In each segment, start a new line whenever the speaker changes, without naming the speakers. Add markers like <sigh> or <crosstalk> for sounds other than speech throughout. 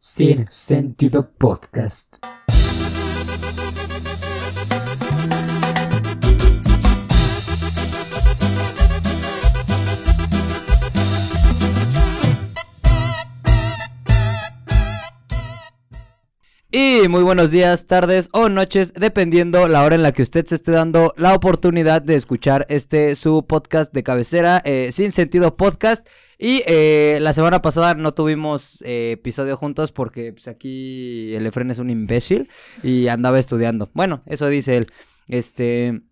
Sin Sentido Podcast.
Y muy buenos días, tardes o noches, dependiendo la hora en la que usted se esté dando la oportunidad de escuchar este su podcast de cabecera, eh, Sin Sentido Podcast. Y eh, la semana pasada no tuvimos eh, episodio juntos porque pues, aquí el Efren es un imbécil y andaba estudiando. Bueno, eso dice él. Este.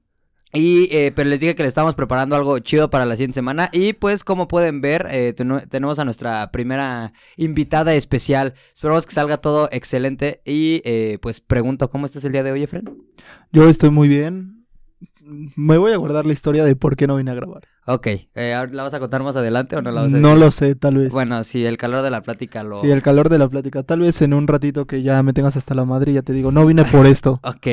Y, eh, pero les dije que le estamos preparando algo chido para la siguiente semana. Y pues, como pueden ver, eh, tenu- tenemos a nuestra primera invitada especial. Esperamos que salga todo excelente. Y eh, pues pregunto, ¿cómo estás el día de hoy, Efren?
Yo estoy muy bien. Me voy a guardar la historia de por qué no vine a grabar.
Ok, eh, ahora ¿la vas a contar más adelante o no la vas a
No
decir?
lo sé, tal vez.
Bueno, sí, el calor de la plática lo...
Sí, el calor de la plática. Tal vez en un ratito que ya me tengas hasta la madre, ya te digo, no vine
<laughs>
por esto.
Ok,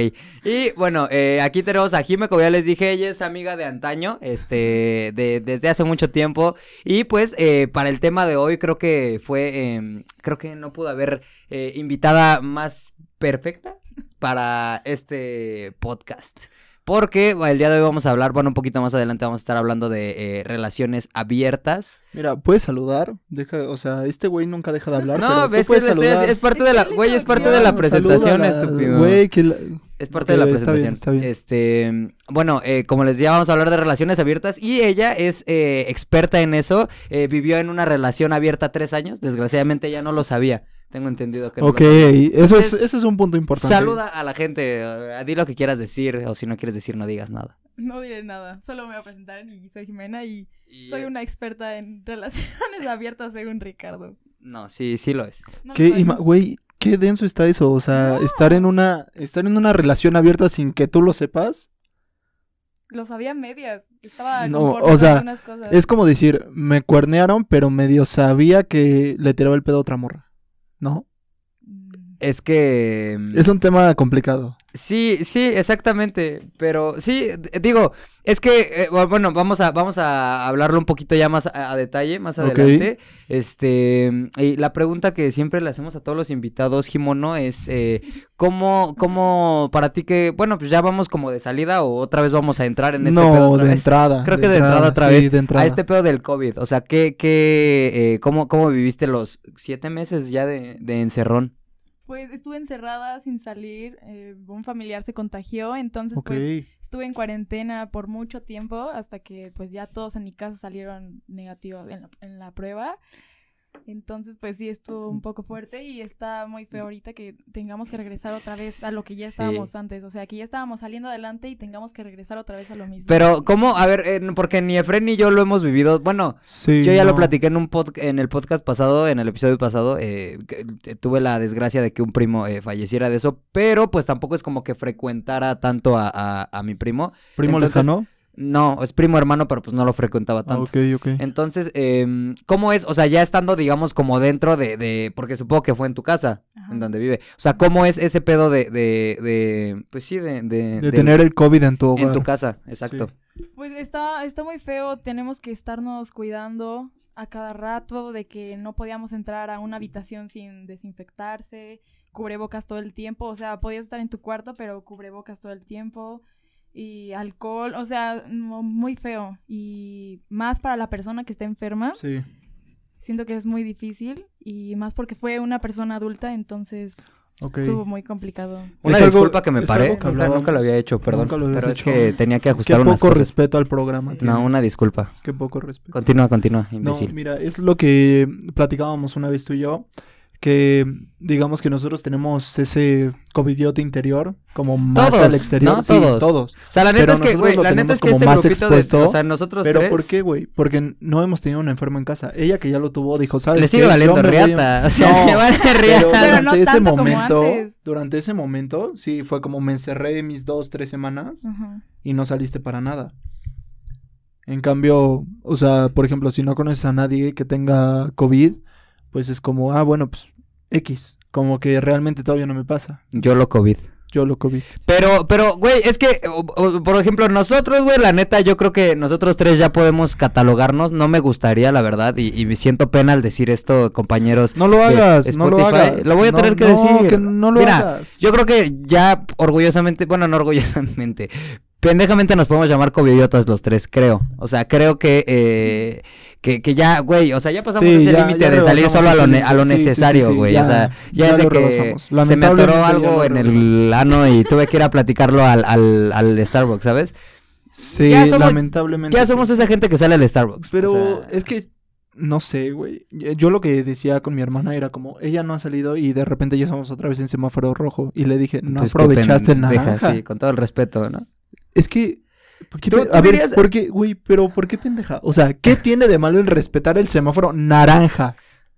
y bueno, eh, aquí tenemos a Jime, como ya les dije, ella es amiga de antaño, este, de, desde hace mucho tiempo, y pues eh, para el tema de hoy creo que fue, em, creo que no pudo haber eh, invitada más perfecta para este podcast. Porque bueno, el día de hoy vamos a hablar, bueno, un poquito más adelante vamos a estar hablando de eh, relaciones abiertas.
Mira, puedes saludar. Deja, o sea, este güey nunca deja de hablar.
no,
pero
ves
tú
que
puedes
le estoy-
saludar.
es parte de la, güey, es parte de la
Saluda
presentación,
a la-
estúpido.
Güey, que la-
Es parte de la
Eh, está
presentación.
bien, está bien.
Este, bueno, eh, como les decía, vamos a hablar de relaciones abiertas y ella es eh, experta en eso. Eh, vivió en una relación abierta tres años. Desgraciadamente ella no lo sabía. Tengo entendido que no. lo
Ok,
sabía.
eso es,
Entonces,
eso es un punto importante.
Saluda a la gente. eh, Di lo que quieras decir o si no quieres decir no digas nada.
No diré nada, solo me voy a presentar y soy Jimena y soy una experta en <laughs> relaciones abiertas según Ricardo.
No, sí, sí lo es.
No lo
¿Qué,
soy.
ima- güey, qué denso está eso. O sea, estar en una, estar en una relación abierta sin que tú lo sepas.
Lo sabía a medias, estaba
No,
no,
o sea,
algunas cosas.
Es como decir, me cuernearon, pero medio sabía que le tiraba el pedo a otra morra. ¿No?
Mm,
Es que. mm,
Es un tema complicado.
Sí, sí, exactamente. Pero sí, d- digo, es que, eh, bu- bueno, vamos a, vamos a hablarlo un poquito ya más a, a detalle, más
Ok.
adelante. Este, y la pregunta que siempre le hacemos a todos los invitados, Jimono, es eh, ¿cómo, cómo para ti que, bueno, pues ya vamos como de salida o otra vez vamos a entrar en este pedo
No,
otra
de
vez?
entrada.
Creo que de entrada otra
sí,
vez
de entrada.
A este pedo del COVID, o sea, ¿qué, qué, eh, cómo, ¿cómo viviste los siete meses ya de, de encerrón?
Pues estuve encerrada sin salir, eh, un familiar se contagió, entonces
Ok.
pues estuve en cuarentena por mucho tiempo hasta que pues ya todos en mi casa salieron negativos en la, en la prueba. Entonces pues sí estuvo un poco fuerte y está muy feo ahorita que tengamos que regresar otra vez a lo que ya
Sí.
estábamos antes, o sea que ya estábamos saliendo adelante y tengamos que regresar otra vez a lo mismo.
Pero, ¿cómo? A ver, eh, porque ni Efren ni yo lo hemos vivido, bueno...
Sí,
Yo ya lo
no.
platiqué en un pod- en el podcast pasado, en el episodio pasado, eh, que- eh, tuve la desgracia de que un primo eh, falleciera de eso, pero pues tampoco es como que frecuentara tanto a, a- a mi primo.
Primo
Entonces,
lejano.
No, es primo hermano, pero pues no lo frecuentaba
Ah,
tanto.
ok, ok.
Entonces, em, ¿cómo es? O sea, ya estando, digamos, como dentro de, de- porque supongo que fue en tu casa,
Ajá.
en donde vive. O sea, ¿cómo es ese pedo de, de, de pues sí, de, de-
de
del-
tener el COVID en tu hogar.
en tu casa, exacto.
Sí.
Pues está, está muy feo, tenemos que estarnos cuidando a cada rato de que no podíamos entrar a una habitación sin desinfectarse, cubrebocas todo el tiempo, o sea, podías estar en tu cuarto, pero cubrebocas todo el tiempo y alcohol, o sea, mu- muy feo y más para la persona que está enferma,
Sí.
siento que es muy difícil y más porque fue una persona adulta, entonces
Ok.
estuvo muy complicado.
Una
Es algo-
disculpa que me
es
paré,
algo que
nunca, nunca lo había hecho, perdón,
Nunca lo habías
pero es
hecho.
que tenía que
Qué
ajustar unas
poco
cosas.
respeto al programa.
Sí.
tienes.
No, una disculpa.
Qué poco respeto.
Continúa, continúa,
No,
imbécil.
mira, es lo que platicábamos una vez tú y yo, que digamos que nosotros tenemos ese covidiote interior, como más
Todos,
al exterior.
¿no?
Sí,
Todos.
todos.
o sea, la neta
pero
es que,
nosotros
güey,
lo
la neta
tenemos
es que
como
este
más
grupito de, o
expuesto,
sea, nosotros
Pero
tres
¿por qué, güey? Porque no hemos tenido un enfermo en casa. Ella que ya lo tuvo dijo, ¿sabes
le sigue
qué? Yo
valiendo
me voy a-
riata, o sea, <laughs>
No,
le vale
Pero
riata.
<laughs> Pero
durante
no
ese
tanto como
momento,
antes.
durante ese momento, sí, fue como me encerré mis dos, tres semanas
Ajá.
y no saliste para nada. En cambio, o sea, por ejemplo, si no conoces a nadie que tenga COVID, pues es como, ah, bueno, pues X, como que realmente todavía no me pasa.
Yo lo COVID.
yo lo COVID.
Pero, pero, güey, es que, o- o- por ejemplo, nosotros, güey, la neta, yo creo que nosotros tres ya podemos catalogarnos. No me gustaría, la verdad, y, y me siento pena al decir esto, compañeros.
No lo
de
hagas, no lo
Spotify.
hagas.
Lo voy a
No,
tener que
no,
decir.
que no lo
Mira,
hagas.
yo creo que ya orgullosamente, bueno, no orgullosamente, pendejamente nos podemos llamar covidiotas los tres, creo. O sea, creo que, eh, que, que ya, güey, o sea, ya pasamos
Sí,
ese
ya-
límite
ya
de salir
rebasamos
solo a lo,
ese
ne- a lo
límite. Sí, sí, sí,
necesario,
sí,
güey.
ya-
o sea, ya,
ya
es de
lo
que
rebasamos.
se me atoró
Lamentablemente ya
algo
lo
en el ano
<laughs>
y tuve que ir a platicarlo al, al, al Starbucks, ¿sabes?
Sí,
ya somos-
lamentablemente.
Ya
sí.
somos esa gente que sale al Starbucks. o
Pero
sea,
es que, no sé, güey. Eh, Yo lo que decía con mi hermana era como, ella no ha salido y de repente ya estamos otra vez en semáforo rojo. Y le dije, no
pues, qué
aprovechaste
pendeja,
nada.
Sí, con todo el respeto, ¿no?
Es que... ¿por qué
Tú-
pe-
tú
a ver,
dirías-
¿por qué, güey? Pero, ¿por qué pendeja? O
<laughs>
sea, ¿qué tiene de malo en respetar el semáforo naranja?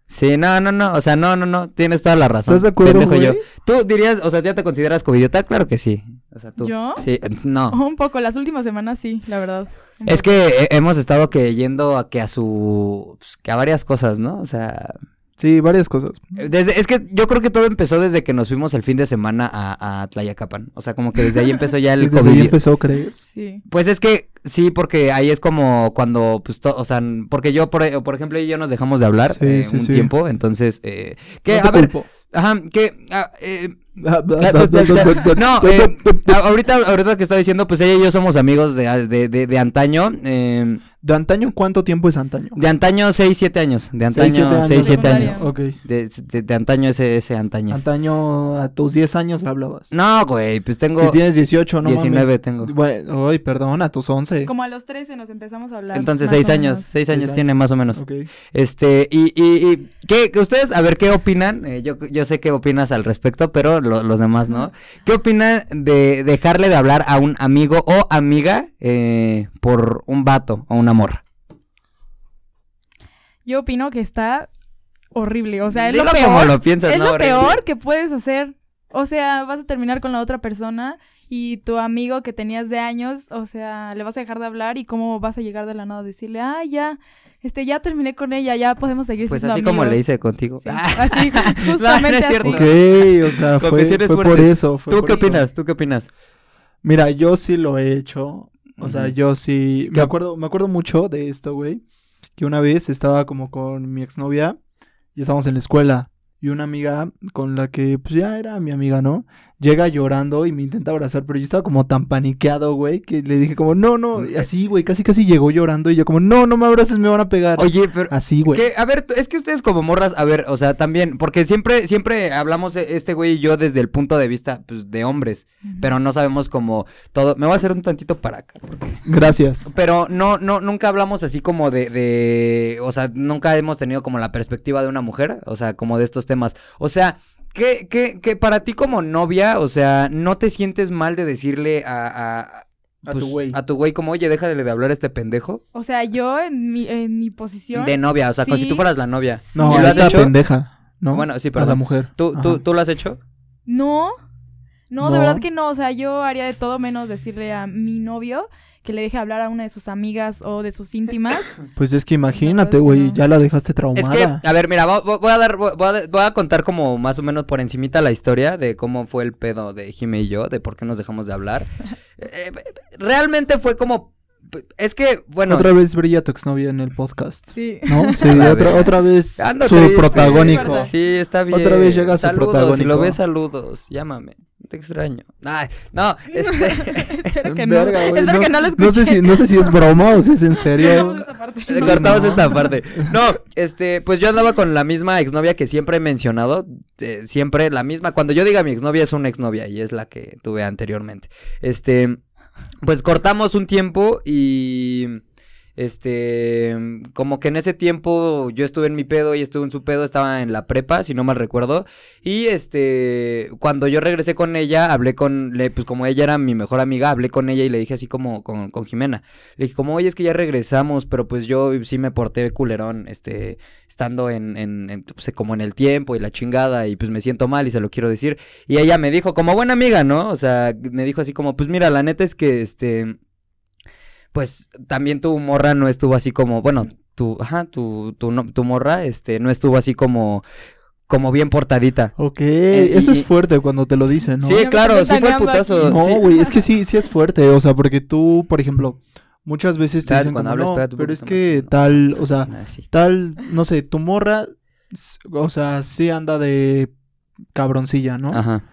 Sí, no, no, no, o sea, no, no, no, tienes toda la razón.
¿Estás de acuerdo,
pendejo
güey?
yo. Tú dirías, o sea, ¿ya te consideras covidiota? Claro que sí. O sea, tú.
¿Yo? Oh,
Sí, no.
<laughs> Un poco, las últimas semanas sí, la verdad. Un
Ah. Es
poco.
que eh, hemos estado que yendo a que a su pues, que a varias cosas, ¿no? O sea,
Sí, varias cosas.
desde es que yo creo que todo empezó desde que nos fuimos el fin de semana a, a Tlayacapan. O sea, como que desde ahí empezó ya
Y
el
desde ahí
COVID.
empezó, ¿crees?
Sí.
Pues es que sí, porque ahí es como cuando, pues, to- o sea, n- porque yo, por, e- por ejemplo, ella y yo nos dejamos de hablar
Sí,
eh,
sí,
un
sí.
tiempo, entonces, eh, que,
No te
a ver,
culpo.
ajá, que, ah, eh,
<laughs>
No,
No, <laughs>
eh, a- ahorita, ahorita que está diciendo, pues ella y yo somos amigos de, de, de- de antaño. eh,
¿De antaño cuánto tiempo es antaño?
de antaño 6, 7 años. De
Seis, siete
antaño 6, 7
Secundaria.
años.
años.
Ok.
De, de- de antaño ese, ese antaño.
Antaño a tus 10 años la hablabas.
No, güey, pues tengo
si tienes 18, no
19
mames.
tengo.
Bueno, ay, perdón, a tus 11.
Como a los 13 nos empezamos a hablar.
Entonces
más
6
o
años,
menos.
6 años
años.
tiene más o menos.
Ok.
Este, y, y, y ¿qué, que ustedes, a ver, ¿qué opinan? Eh, yo, yo sé qué opinas al respecto, pero lo- los demás no. ¿Qué opinan de dejarle de hablar a un amigo o amiga eh, por un vato o una morra?
Yo opino que está horrible. O sea, es lo
Dilo
peor.
como lo piensas,
es
¿no,
lo
Aurelia?
peor que puedes hacer. O sea, vas a terminar con la otra persona y tu amigo que tenías de años, o sea, le vas a dejar de hablar y cómo vas a llegar de la nada a decirle, ah, ya, este, ya terminé con ella, ya podemos seguir
Pues
siendo
así como le
amigos".
hice contigo. <laughs>
Sí,
Ah,
así, justamente
cierto.
así.
Ok, o sea,
Con
fue,
cuestiones
fue por
fuertes.
eso. fue
¿Tú
por
qué
eso.
opinas? ¿Tú qué opinas?
Mira, yo sí lo he hecho. O sea,
Ujú.
yo sí.
¿Qué?
Me acuerdo, me acuerdo mucho de esto, güey. Que una vez estaba como con mi exnovia y estábamos en la escuela. Y una amiga con la que, pues ya era mi amiga, ¿no? Llega llorando y me intenta abrazar, pero yo estaba como tan paniqueado, güey, que le dije como, no, no,
<laughs>
y así, güey, casi casi llegó llorando y yo como, no, no me abraces, me van a pegar.
Oye, pero...
así, Ah, güey.
que, a ver, tú- es que ustedes como morras, a ver, o sea, también, porque siempre, siempre hablamos eh, este güey y yo desde el punto de vista pues, de hombres, pero no sabemos como todo. Me voy a hacer un tantito para acá.
Gracias.
Pero no, no, nunca hablamos así como de, de, o sea, nunca hemos tenido como la perspectiva de una mujer, o sea, como de estos temas. O sea, que, que, que para ti como novia, o sea, no te sientes mal de decirle a, a-
A
pues,
tu güey.
a tu güey como, oye, déjale de hablar a este pendejo.
O sea, yo en mi, en mi posición...
De novia, o sea, como si
Sí.
tú fueras la novia.
No,
¿Y
a
lo has
esa
hecho?
pendeja, ¿no?
Bueno, sí,
a la
perdón.
mujer.
¿Tú, tú,
Ajá.
¿Tú lo has hecho?
No, no, de
No.
verdad que no. O sea, yo haría de todo menos decirle a mi novio que le deje hablar a una de sus amigas o de sus íntimas.
Pues es que
es
imagínate,
que
güey,
no.
ya la dejaste
Es
traumada.
que, a ver, mira, vo- vo- voy a dar, vo- voy a, voy a contar como más o menos por encimita la historia de cómo fue el pedo de Jime y yo, de por qué nos dejamos de
<laughs>
hablar. Eh, eh, realmente fue como, es que, bueno,
Otra vez brilla tu exnovia en el podcast.
<laughs> Sí. <laughs>
<laughs>
¿No? Sí,
A la
otra,
verga.
otra
<laughs>
vez
ando
su
triste.
protagónico.
¿verdad?
Sí, está bien.
Otra vez llega su
saludos, Si
protagónico.
lo ves, saludos, llámame, te extraño. Ay, no, este,
Espero que no.
Verga, güey,
Espero que no lo escuche.
no sé si,
<laughs>
no sé si es broma o si es en serio.
Cortamos esta parte.
<laughs> Eh, Cortamos
no.
esta parte. No, este, pues yo andaba con la misma exnovia que siempre he mencionado. eh, siempre la misma. Cuando yo diga mi exnovia, es una exnovia y es la que tuve anteriormente. Este, pues cortamos un tiempo y. Este, como que en ese tiempo yo estuve en mi pedo y estuve en su pedo, estaba en la prepa, si no mal recuerdo. Y este, cuando yo regresé con ella, hablé con, le, pues como ella era mi mejor amiga, hablé con ella y le dije así como con, con Jimena. Le dije, como, oye, es que ya regresamos, pero pues yo sí me porté culerón, este, estando en, en, en, pues, como en el tiempo y la chingada, y pues me siento mal y se lo quiero decir. Y ella me dijo, como buena amiga, ¿no? O sea, me dijo así como, pues mira, la neta es que, este, pues también tu morra no estuvo así como, bueno, tu, ajá, tu, tu, no- tu morra, este, no estuvo así como... como bien portadita.
Ok,
Eh, y-
eso
y-
es fuerte cuando te lo dicen, ¿no?
Sí,
Ya me
claro,
estoy
sí fue el
saneando
putazo.
aquí.
No,
sí.
güey, es que sí, sí es fuerte, o sea, porque tú, por ejemplo, muchas veces te
Espérate,
dicen
cuando
como,
hables,
"No,
espérate un
pero es
poquito más,
que
¿no?
tal, o sea,
Ah, sí.
tal, no sé, tu morra, s- o sea, sí anda de cabroncilla, ¿no?
Ajá.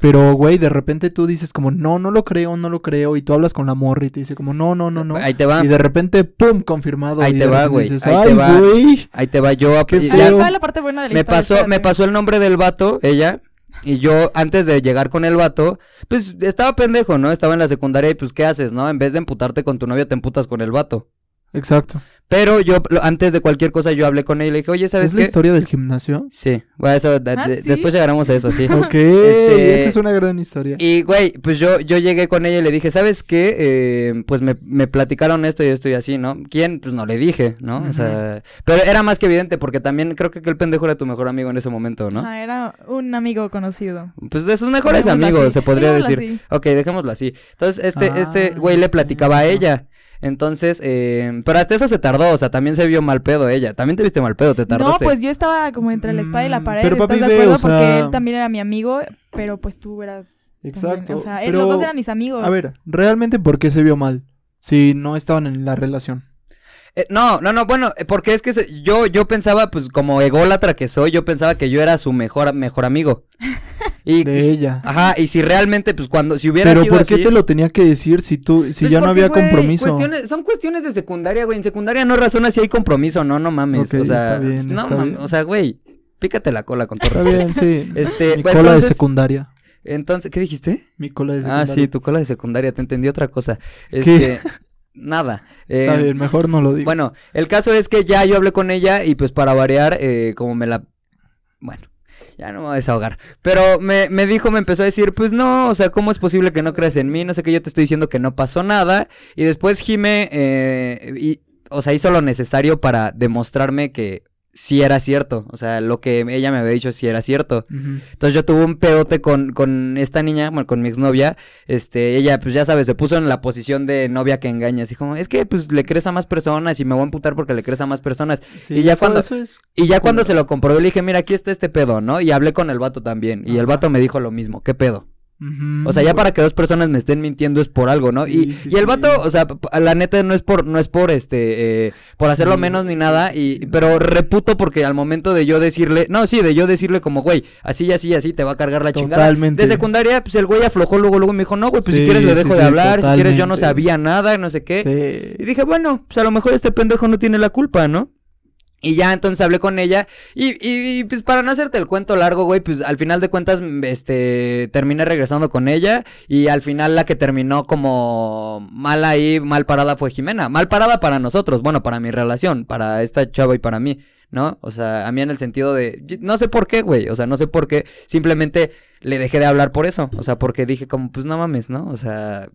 Pero, güey, de repente tú dices como, no, no lo creo, no lo creo, y tú hablas con la morra y te dice como, no, no, no, no.
Ahí te va.
Y de repente, pum, confirmado.
Ahí
y
te
de
va,
repente
güey,
dices,
ahí te
"Ay,
va".
güey".
Ahí te va yo. a-
Qué
ya-
Ahí
feo.
va la parte buena de la
me
historia,
pasó, me
espérate.
pasó el nombre del vato, ella. Y yo, antes de llegar con el vato, pues estaba pendejo, ¿no? Estaba en la secundaria y pues, ¿qué haces, no? En vez de emputarte con tu novia, te emputas con el vato.
Exacto.
Pero yo, lo- antes de cualquier cosa, yo hablé con él y le dije, oye, ¿sabes
¿Es la
qué?
historia del gimnasio?
<laughs> Sí, bueno, eso, de-
Ah,
de-
¿sí?
después llegaremos a
<laughs>
eso, sí.
Ok,
Este-
esa es una gran historia.
Y, güey, pues yo, yo llegué con ella y le dije, ¿sabes qué? Eh, pues me, me platicaron esto y esto y así, ¿no? ¿Quién? Pues no le dije, ¿no? O sea, pero era más que evidente porque también creo que aquel pendejo era tu mejor amigo en ese momento, ¿no?
Ah, era un amigo conocido.
Pues de sus mejores
Dejémoslo
amigos,
así,
se podría
dejémoslo
decir.
así.
Ok, dejémoslo así. Entonces, este,
Ah,
este güey le platicaba a
ya.
ella. Entonces, eh, pero hasta eso se tardó, o sea, también se vio mal pedo ella. También te viste mal pedo, te
No,
tardaste.
pues yo estaba como entre la espada y la
Mm,
pared,
pero
¿estás
papi,
de
ve,
acuerdo?
o sea-
Porque él también era mi amigo, pero pues tú eras... también-
Exacto.
o sea, él-
pero,
los dos eran mis amigos.
a ver, ¿realmente por qué se vio mal? Si no estaban en la relación.
Eh, no, no, no, bueno, eh, porque es que se- yo, yo pensaba, pues, como ególatra que soy, yo pensaba que yo era su mejor, mejor
<laughs>
amigo. Y,
De
y si-
ella.
Ajá, y si realmente, pues, cuando, si hubiera
Pero
sido
¿por qué
así-
te lo tenía que decir si tú, si
Pues
ya no
porque,
había
güey,
compromiso?
cuestiones- son cuestiones de secundaria, güey. En secundaria no razonas si hay compromiso, no, no mames.
Ok,
o sea,
está bien,
no
está
mames,
bien.
o sea, güey, pícate la cola con todo
Está
respeto.
bien, sí.
<laughs> Este,
Mi
güey,
cola de
entonces,
secundaria.
entonces, ¿qué dijiste?
Mi cola de
Ah,
secundaria.
sí, tu cola de secundaria, te entendí otra cosa. Este, nada.
Está
eh,
bien, mejor no lo digo.
Bueno, el caso es que ya yo hablé con ella y pues para variar, eh, como me la... Bueno, ya no me voy a desahogar. Pero me, me dijo, me empezó a decir, pues no, o sea, ¿cómo es posible que no creas en mí? No sé qué, yo te estoy diciendo que no pasó nada. Y después Jime, eh, y, o sea, hizo lo necesario para demostrarme que sí era cierto. O sea, lo que ella me había dicho sí era cierto.
Ujú.
Entonces yo tuve un pedote con, con esta niña, bueno, con mi exnovia. Este, ella, pues ya sabes, se puso en la posición de novia que engaña. Así como, es que pues le crees a más personas y me voy a emputar porque le crees a más personas.
Sí,
y ya
eso-
cuando-
eso es-
Y ya cuando se lo comprobé, le dije, mira, aquí está este pedo, ¿no? Y hablé con el vato también. Y el
Ajá.
vato me dijo lo mismo, ¿qué pedo?
Ujú.
O sea, ya para que dos personas me estén mintiendo es por algo, ¿no? y,
Sí, sí,
y el
sí.
vato, o sea, p- la neta no es por, no es por este, eh, por hacerlo
Sí,
menos ni
sí,
nada,
sí,
y,
sí,
pero reputo porque al momento de yo decirle, no, sí, de yo decirle como, güey, así y así y así te va a cargar la chingada.
Totalmente.
De secundaria, pues el güey aflojó luego, luego y me dijo, no, güey, pues si
Sí,
quieres le
sí,
dejo de
sí,
hablar, si quieres yo no
totalmente.
sabía nada, no sé qué. Y
Sí.
dije, bueno, pues a lo mejor este pendejo no tiene la culpa, ¿no? Y ya entonces hablé con ella. Y, y, y, pues para no hacerte el cuento largo, güey, pues al final de cuentas, mm, este, terminé regresando con ella. Y al final la que terminó como mal ahí, mal parada fue Jimena. Mal parada para nosotros, bueno, para mi relación, para esta chava y para mí, ¿no? O sea, a mí en el sentido de, y- no sé por qué, güey, o sea, no sé por qué. Simplemente le dejé de hablar por eso. O sea, porque dije como, pues no mames, ¿no? O sea,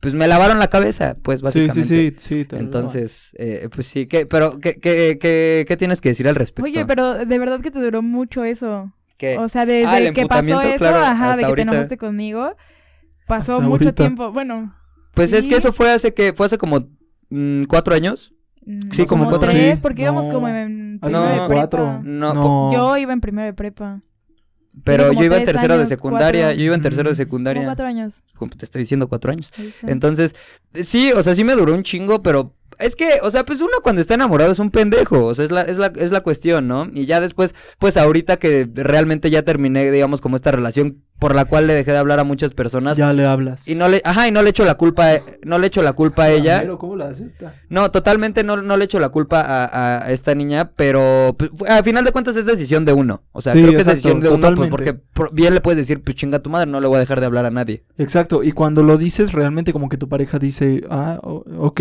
pues me lavaron la cabeza, pues
Sí,
básicamente.
sí, sí, sí, te lo-
Entonces, eh, pues sí, ¿qué, pero ¿qué, qué, qué, qué tienes que decir al respecto?
Oye, pero de verdad que te duró mucho eso.
¿Qué?
O sea, desde
Ah, el
que pasó
emputamiento,
eso,
claro,
ajá, de que
hasta
te
ahorita.
enojaste conmigo, pasó
Hasta
mucho
ahorita.
tiempo. Bueno,
pues es que
sí.
eso fue hace que, fue hace como mm, cuatro años.
mm,
Sí, como cuatro
tres,
años.
porque íbamos
No.
como en
Hace
primero
no,
de
como
prepa.
cuatro.
No, pues,
Yo iba en primero de prepa.
Pero
como
yo iba en
tres
tercero
años,
de secundaria,
cuatro.
yo iba en tercero de
Mm.
Como
secundaria.
cuatro años.
Como Te estoy diciendo cuatro años.
Ahí está.
Entonces, sí, o sea, sí me duró un chingo, pero es que, o sea, pues uno cuando está enamorado es un pendejo, o sea, es la, es la, es la cuestión, ¿no? Y ya después, pues ahorita que realmente ya terminé, digamos, como esta relación por la cual le dejé de hablar a muchas personas,
Ya le hablas.
Y no le, ajá, y no le echo la culpa, a- no le echo la culpa a ella.
Pero, ¿cómo la acepta?
No, totalmente no, no le echo la culpa a, a esta niña, pero pues, fue- al final de cuentas es decisión de uno. O sea,
Sí,
creo que
exacto,
es decisión de uno pues,
totalmente.
porque por- bien le puedes decir, pues chinga tu madre, no le voy a dejar de hablar a nadie.
Exacto, y cuando lo dices realmente como que tu pareja dice, ah, o- ok,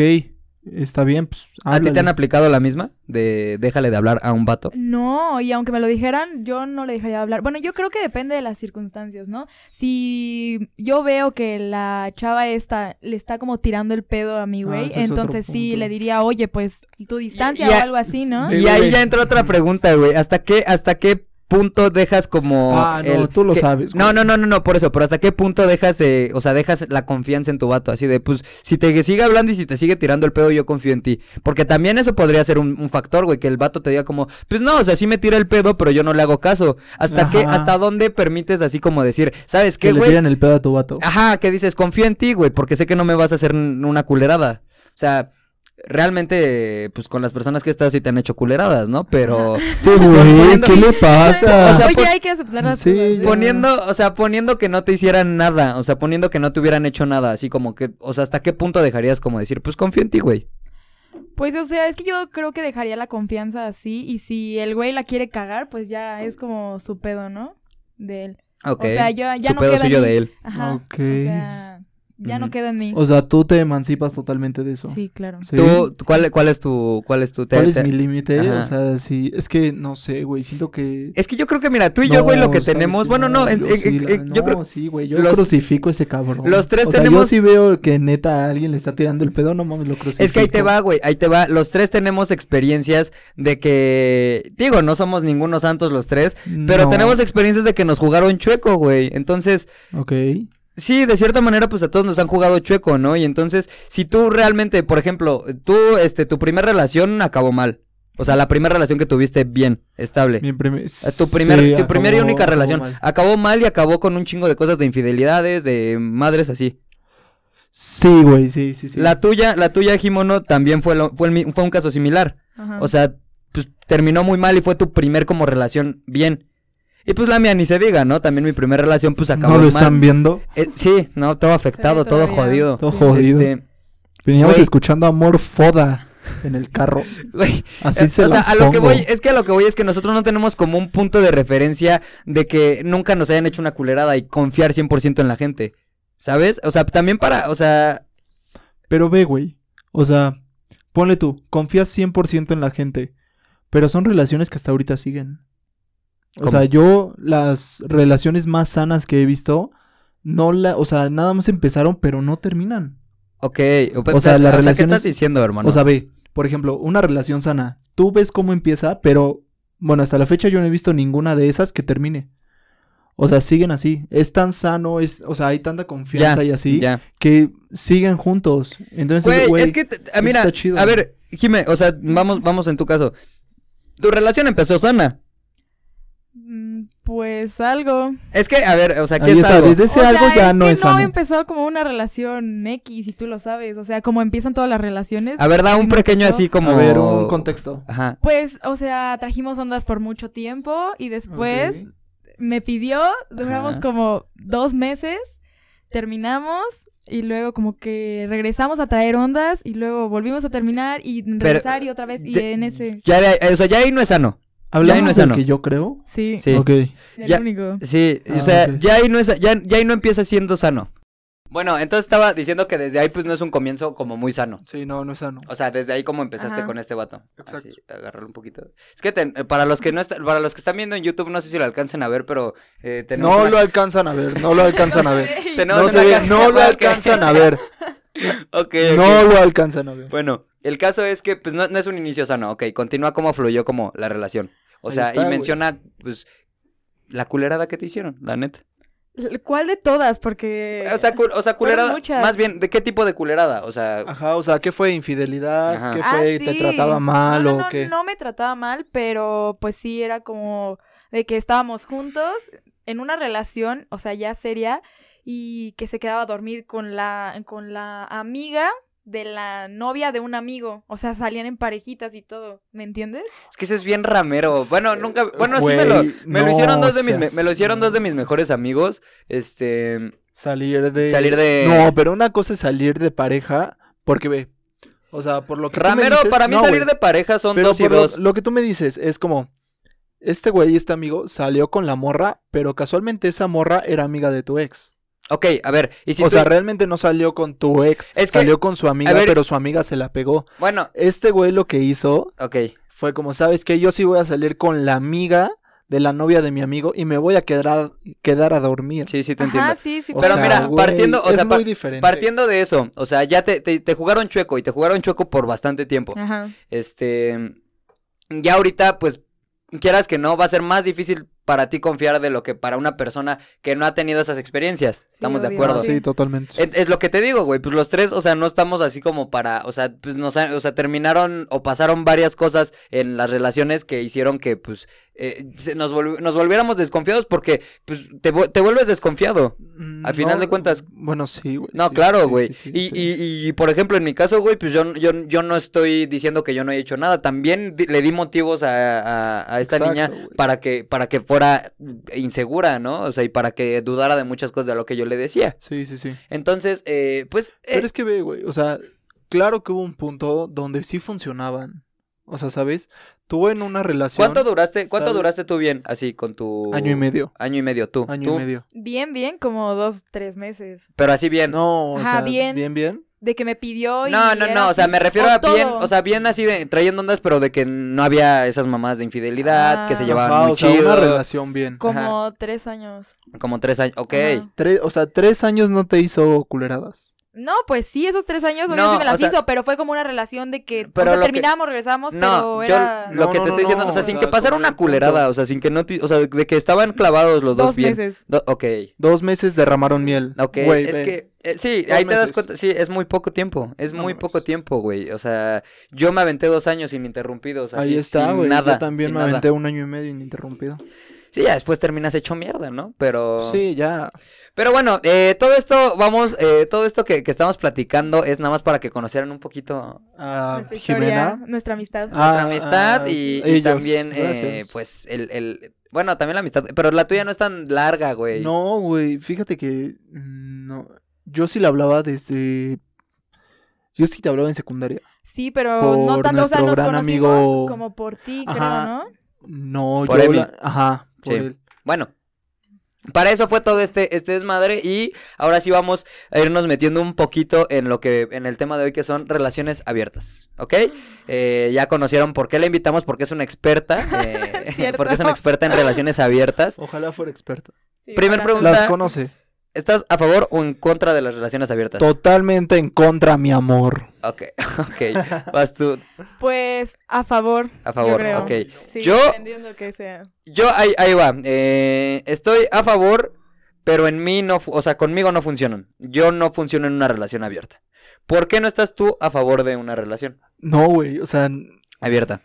está bien, pues
¿A ti te han
háblale".
aplicado la misma de déjale de hablar a un vato?
No, y aunque me lo dijeran, yo no le dejaría de hablar. Bueno, yo creo que depende de las circunstancias, ¿no? Si yo veo que la chava esta le está como tirando el pedo a mi
Ah,
güey,
ese es otro
entonces sí
punto.
le diría, oye, pues tu distancia
y
o
a-
algo así, ¿no?
Sí,
<laughs>
Y ahí
güey.
ya entra otra pregunta, güey. ¿Hasta qué, hasta qué punto dejas como.
Ah, no,
el-
tú lo
que-
sabes,
No,
güey.
no, no, no, no, por eso. Pero hasta qué punto dejas, eh, o sea, dejas la confianza en tu vato. Así de, pues, si te sigue hablando y si te sigue tirando el pedo, yo confío en ti. Porque también eso podría ser un, un factor, güey, que el vato te diga como, pues no, o sea, sí me tira el pedo, pero yo no le hago caso. ¿Hasta qué,
Ajá.
hasta dónde permites así como decir, ¿sabes qué,
Que
Ah,
le
güey?
tiran el pedo a tu vato.
Ajá, que dices, confío en ti, güey, porque sé que no me vas a hacer n- una culerada. O sea, realmente, pues con las personas que estás sí te han hecho culeradas, ¿no? Pero <laughs>
Este güey,
poniendo-
¿qué le pasa?
<laughs> O sea,
Oye,
pon-
hay que aceptar
<laughs>
las
Sí,
cosas, ¿eh? ¿no?
pon-
poniendo, o sea, poniendo que no te hicieran nada, o sea, poniendo que no te hubieran hecho nada, así como que, o sea, ¿hasta qué punto dejarías como decir, pues confío en ti, güey?
Pues, o sea, es que yo creo que dejaría la confianza así. Y si el güey la quiere cagar, pues ya es como su pedo, ¿no? De él.
Ok.
O sea, yo ya
Su
no
pedo
queda en
suyo
mí.
de él.
Ajá.
Ok.
O sea, ya no
Ujú.
queda en mí.
O sea, tú te emancipas totalmente de eso.
Sí, claro.
¿Sí?
¿Tú, tú- cuál, cuál es tu, cuál es tu te-
¿Cuál es
te-
mi límite?
Ajá.
O sea, sí, es que no sé, güey, siento que...
Es que yo creo que, mira, tú y yo, güey, lo que
sabes
tenemos,
que
bueno, no, en-
yo
en-
sí,
en-
la-
en- yo creo,
no, sí, güey, yo
los-
crucifico a ese cabrón.
los tres
O sea, yo
tenemos-
sí veo que neta alguien le está tirando el pedo, no mames, lo crucifico.
Es que ahí te va, güey, ahí te va. Los tres tenemos experiencias de que, digo, no somos ningunos santos los tres, pero
No.
tenemos experiencias de que nos jugaron chueco, güey. Entonces,
Ok.
sí, de cierta manera, pues a todos nos han jugado chueco, ¿no? Y entonces, si tú realmente, por ejemplo, tú, este, tu primera relación acabó mal. O sea, la primera relación que tuviste bien, estable.
Mi primer-
Eh, Tu, primer,
sí,
tu primera y
acabó-
única
acabó
relación.
mal.
Acabó mal y acabó con un chingo de cosas de infidelidades, de madres así.
Sí, güey, sí, sí, sí.
La tuya, la tuya, Jimono, también fue, lo- fue, el mi- fue un caso similar.
Ajá.
O sea, pues terminó muy mal y fue tu primer como relación bien. Y pues la mía ni se diga, ¿no? También mi primera relación pues acabó
¿No lo
mal.
están viendo?
Eh, sí, no, todo afectado,
Sí,
todo
todavía.
jodido.
Todo
Sí.
jodido.
Este,
Veníamos
Güey.
escuchando Amor Foda en
<laughs>
el carro.
güey,
Así
eh,
Pues se
o sea,
las
a lo que
pongo.
voy, es que a lo que voy es que nosotros no tenemos como un punto de referencia de que nunca nos hayan hecho una culerada y confiar 100% en la gente. ¿Sabes? O sea, también para, o sea,
Pero ve, güey. O sea, ponle tú, confías 100% en la gente. Pero son relaciones que hasta ahorita siguen.
¿Cómo?
O sea, yo las relaciones más sanas que he visto, no la, o sea, nada más empezaron, pero no terminan.
ok,
O sea, la
¿qué
relación
estás
es-
diciendo, hermano?
O sea, ve, por ejemplo, una relación sana. Tú ves cómo empieza, pero bueno, hasta la fecha yo no he visto ninguna de esas que termine. O sea, siguen así. Es tan sano, es, o sea, hay tanta confianza y así
ya.
que siguen juntos. Entonces,
Güey,
güey,
es que, te- ah, mira,
está chido.
a ver, Jime, o sea, vamos, vamos en tu caso. Tu relación empezó sana.
Mm, Pues algo.
Es que, a ver, o sea, ¿qué
ahí
es
está,
algo?
desde ese
O sea,
algo ya
es
no
que
es
no
sano.
he empezado como una relación X y tú lo sabes. O sea, como empiezan todas las relaciones.
A ver, da un
no
pequeño
empezó.
así como...
A ver, un contexto.
Ajá.
Pues, o sea, trajimos ondas por mucho tiempo y después
Ok.
me pidió, duramos
Ajá.
como dos meses, terminamos y luego como que regresamos a traer ondas y luego volvimos a terminar y regresar y otra vez y
de-
en ese...
Ya, de ahí- o sea, ya ahí no es sano.
Hablamos
no es
del
sano.
que yo creo.
Sí,
Sí.
Ok.
el
ya-
único.
Sí, o
Ah,
sea,
ok.
ya, ahí no es, ya, ya ahí no empieza siendo sano. Bueno, entonces estaba diciendo que desde ahí pues no es un comienzo como muy sano.
Sí, no, no es sano.
O sea, desde ahí como empezaste
Ajá.
con este vato.
Exacto.
Así, agarrarlo un poquito. Es que ten- para los que no está- para los que están viendo en YouTube, no sé si lo alcancen a ver, pero eh, tenemos
No
una-
lo alcanzan a ver, no lo alcanzan a
<laughs>
ver.
tenemos
No,
una
se ve,
caja-
no lo
Ok.
alcanzan a ver.
Ok, Pues,
No lo alcanzan a ver.
Bueno, el caso es que pues no, no es un inicio sano, ok, continúa como fluyó como la relación. O
Ahí
sea,
está,
y
güey.
menciona pues la culerada que te hicieron, la neta.
¿Cuál de todas? Porque...
O sea, cul- o sea
Eh, fueron
culerada,
muchas.
más bien, ¿de qué tipo de culerada? O sea,
Ajá, o sea, ¿qué fue infidelidad?
Ajá.
¿Qué
Ah,
fue? ¿Te
sí.
trataba mal
No,
o
no, no,
qué?
No me trataba mal, pero pues sí era como de que estábamos juntos en una relación, o sea, ya seria, y que se quedaba a dormir con la, con la amiga de la novia de un amigo. O sea, salían en parejitas y todo, ¿me entiendes?
es que eso es bien ramero. Bueno, nunca, bueno, sí me
Güey,
lo, me lo
no
hicieron dos de mis, me,
seas-
me lo hicieron dos de mis mejores amigos, este,
Salir de...
salir de...
Eh, No, pero una cosa es salir de pareja, porque ve, o sea, por lo que tú me
Ramero,
dices-
para mí
no,
salir
güey,
de pareja son
pero
dos y
por lo-
dos.
Lo, que tú me dices es como, este güey, este amigo, salió con la morra, pero casualmente esa morra era amiga de tu ex.
Ok, a ver, y si
o
tú-
sea, realmente no salió con tu ex,
Es que-
salió con su amiga,
a ver-
pero su amiga se la pegó.
bueno,
Este güey lo que hizo
ok,
fue como, ¿sabes qué? Yo sí voy a salir con la amiga de la novia de mi amigo y me voy a quedar a, quedar a dormir.
sí, sí te entiendo.
Ajá, sí, sí.
O
Pero
pasa.
mira,
güey,
partiendo- o
es
sea, par-
muy diferente.
Partiendo de eso, o sea, ya te, te- te jugaron chueco y te jugaron chueco por bastante tiempo.
Ajá.
Este, ya ahorita, pues, quieras que no, va a ser más difícil para ti confiar de lo que para una persona que no ha tenido esas experiencias. Estamos de
obvio.
acuerdo.
Sí.
Ah, Sí, totalmente.
Es, es lo que te digo, güey. Pues los tres, o sea, no estamos así como para. O sea, pues nos ha- o sea, terminaron o pasaron varias cosas en las relaciones que hicieron que, pues, eh, se- nos, volvi- nos volviéramos desconfiados porque, pues, te, vu- te vuelves desconfiado.
Mm,
al final de cuentas-
Bueno, sí, güey.
No,
sí,
claro,
sí,
güey.
sí, sí,
y,
sí.
y- y, por ejemplo, en mi caso, güey, pues yo, yo, yo no estoy diciendo que yo no he hecho nada. También di- le di motivos a, a- a esta
Exacto,
niña
güey.
para que, para que fuera insegura, ¿no? O sea, y para que dudara de muchas cosas de lo que yo le decía.
Sí, sí, sí.
Entonces, eh, pues. eh,
Pero es que ve, güey, o sea, claro que hubo un punto donde sí funcionaban. O sea, ¿sabes? Tú en una relación...
¿Cuánto duraste, cuánto
¿sabes?
duraste tú bien así con tu
Año y medio.
Año y medio tú.
Año
tú,
y medio.
Bien, bien, como dos, tres meses.
Pero así bien. No,
No, o
Ajá,
sea,
bien.
bien, bien.
De que me pidió y.
no, no,
era
o sea,
así,
me refiero
o
a bien,
todo.
o sea, bien así de trayendo ondas, pero de que no había esas mamás de infidelidad, que se
Ah.
llevaban
Ajá,
muy
o sea,
chido,
una relación bien.
Como tres años.
como tres años, ok.
Ajá.
Tres, o sea, tres años no te hizo culeradas.
No, pues sí, esos tres años obvio
No,
sí me
o
las
sea-
hizo, pero fue como una relación de que o
Pero
sea,
lo que-
terminamos, regresamos,
No,
pero
yo
era
lo
No,
que
no,
te
no,
estoy diciendo,
no,
o sea,
o
sin
sea,
que pasara
como
una
el
culerada,
punto.
o sea, sin que no, ti- o sea, de que estaban clavados los dos,
dos
bien.
meses.
Do- ok,
Dos meses derramaron miel.
ok,
Güey,
es
ve.
que, eh, sí,
Dos
ahí te das
meses.
cuenta, sí, es muy poco tiempo, es
No
muy
mames.
poco tiempo, güey, o sea, yo me aventé dos años ininterrumpidos, así,
Ahí está,
sin
güey.
nada,
Yo también
sin
me
nada.
aventé un año y medio ininterrumpido.
Sí, ya después terminas hecho mierda, ¿no? Pero.
Sí, ya.
Pero bueno, eh, todo esto, vamos, eh, todo esto que, que estamos platicando es nada más para que conocieran un poquito
Ah,
nuestra historia,
Jimena.
nuestra amistad.
nuestra
Ah,
amistad
ah,
y, y
ellos,
también, eh,
gracias.
pues, el, el. Bueno, también la amistad, pero la tuya no es tan larga, güey.
No, güey, fíjate que mm, no. Yo sí le hablaba desde. Yo sí te hablaba en secundaria.
Sí, pero no
Por
tanto, o sea,
nuestro
nos
gran
conocimos
amigo-
como por ti,
Ajá.
creo, ¿no?
No,
Por
yo
Emi.
la- Ajá, por
Sí.
él.
Bueno. Para eso fue todo este, este desmadre y ahora sí vamos a irnos metiendo un poquito en lo que, en el tema de hoy que son relaciones abiertas, ¿ok? Eh, ya conocieron por qué la invitamos, porque es una experta,
<laughs>
eh,
Cierto.
porque es una experta en relaciones abiertas.
Ojalá fuera experta.
Sí,
Primer
para-
pregunta.
Las conoce.
¿Estás a favor o en contra de las relaciones abiertas?
Totalmente en contra, mi amor.
Ok, <laughs> ok. Vas tú
Pues a favor.
a favor,
creo.
ok.
Sí,
Yo-
dependiendo que sea.
Yo ahí, ahí va. eh, estoy a favor, pero en mí no, fu- o sea, conmigo no funcionan. Yo no funciono en una relación abierta. ¿Por qué no estás tú a favor de una relación
No, güey, o sea, n-
abierta?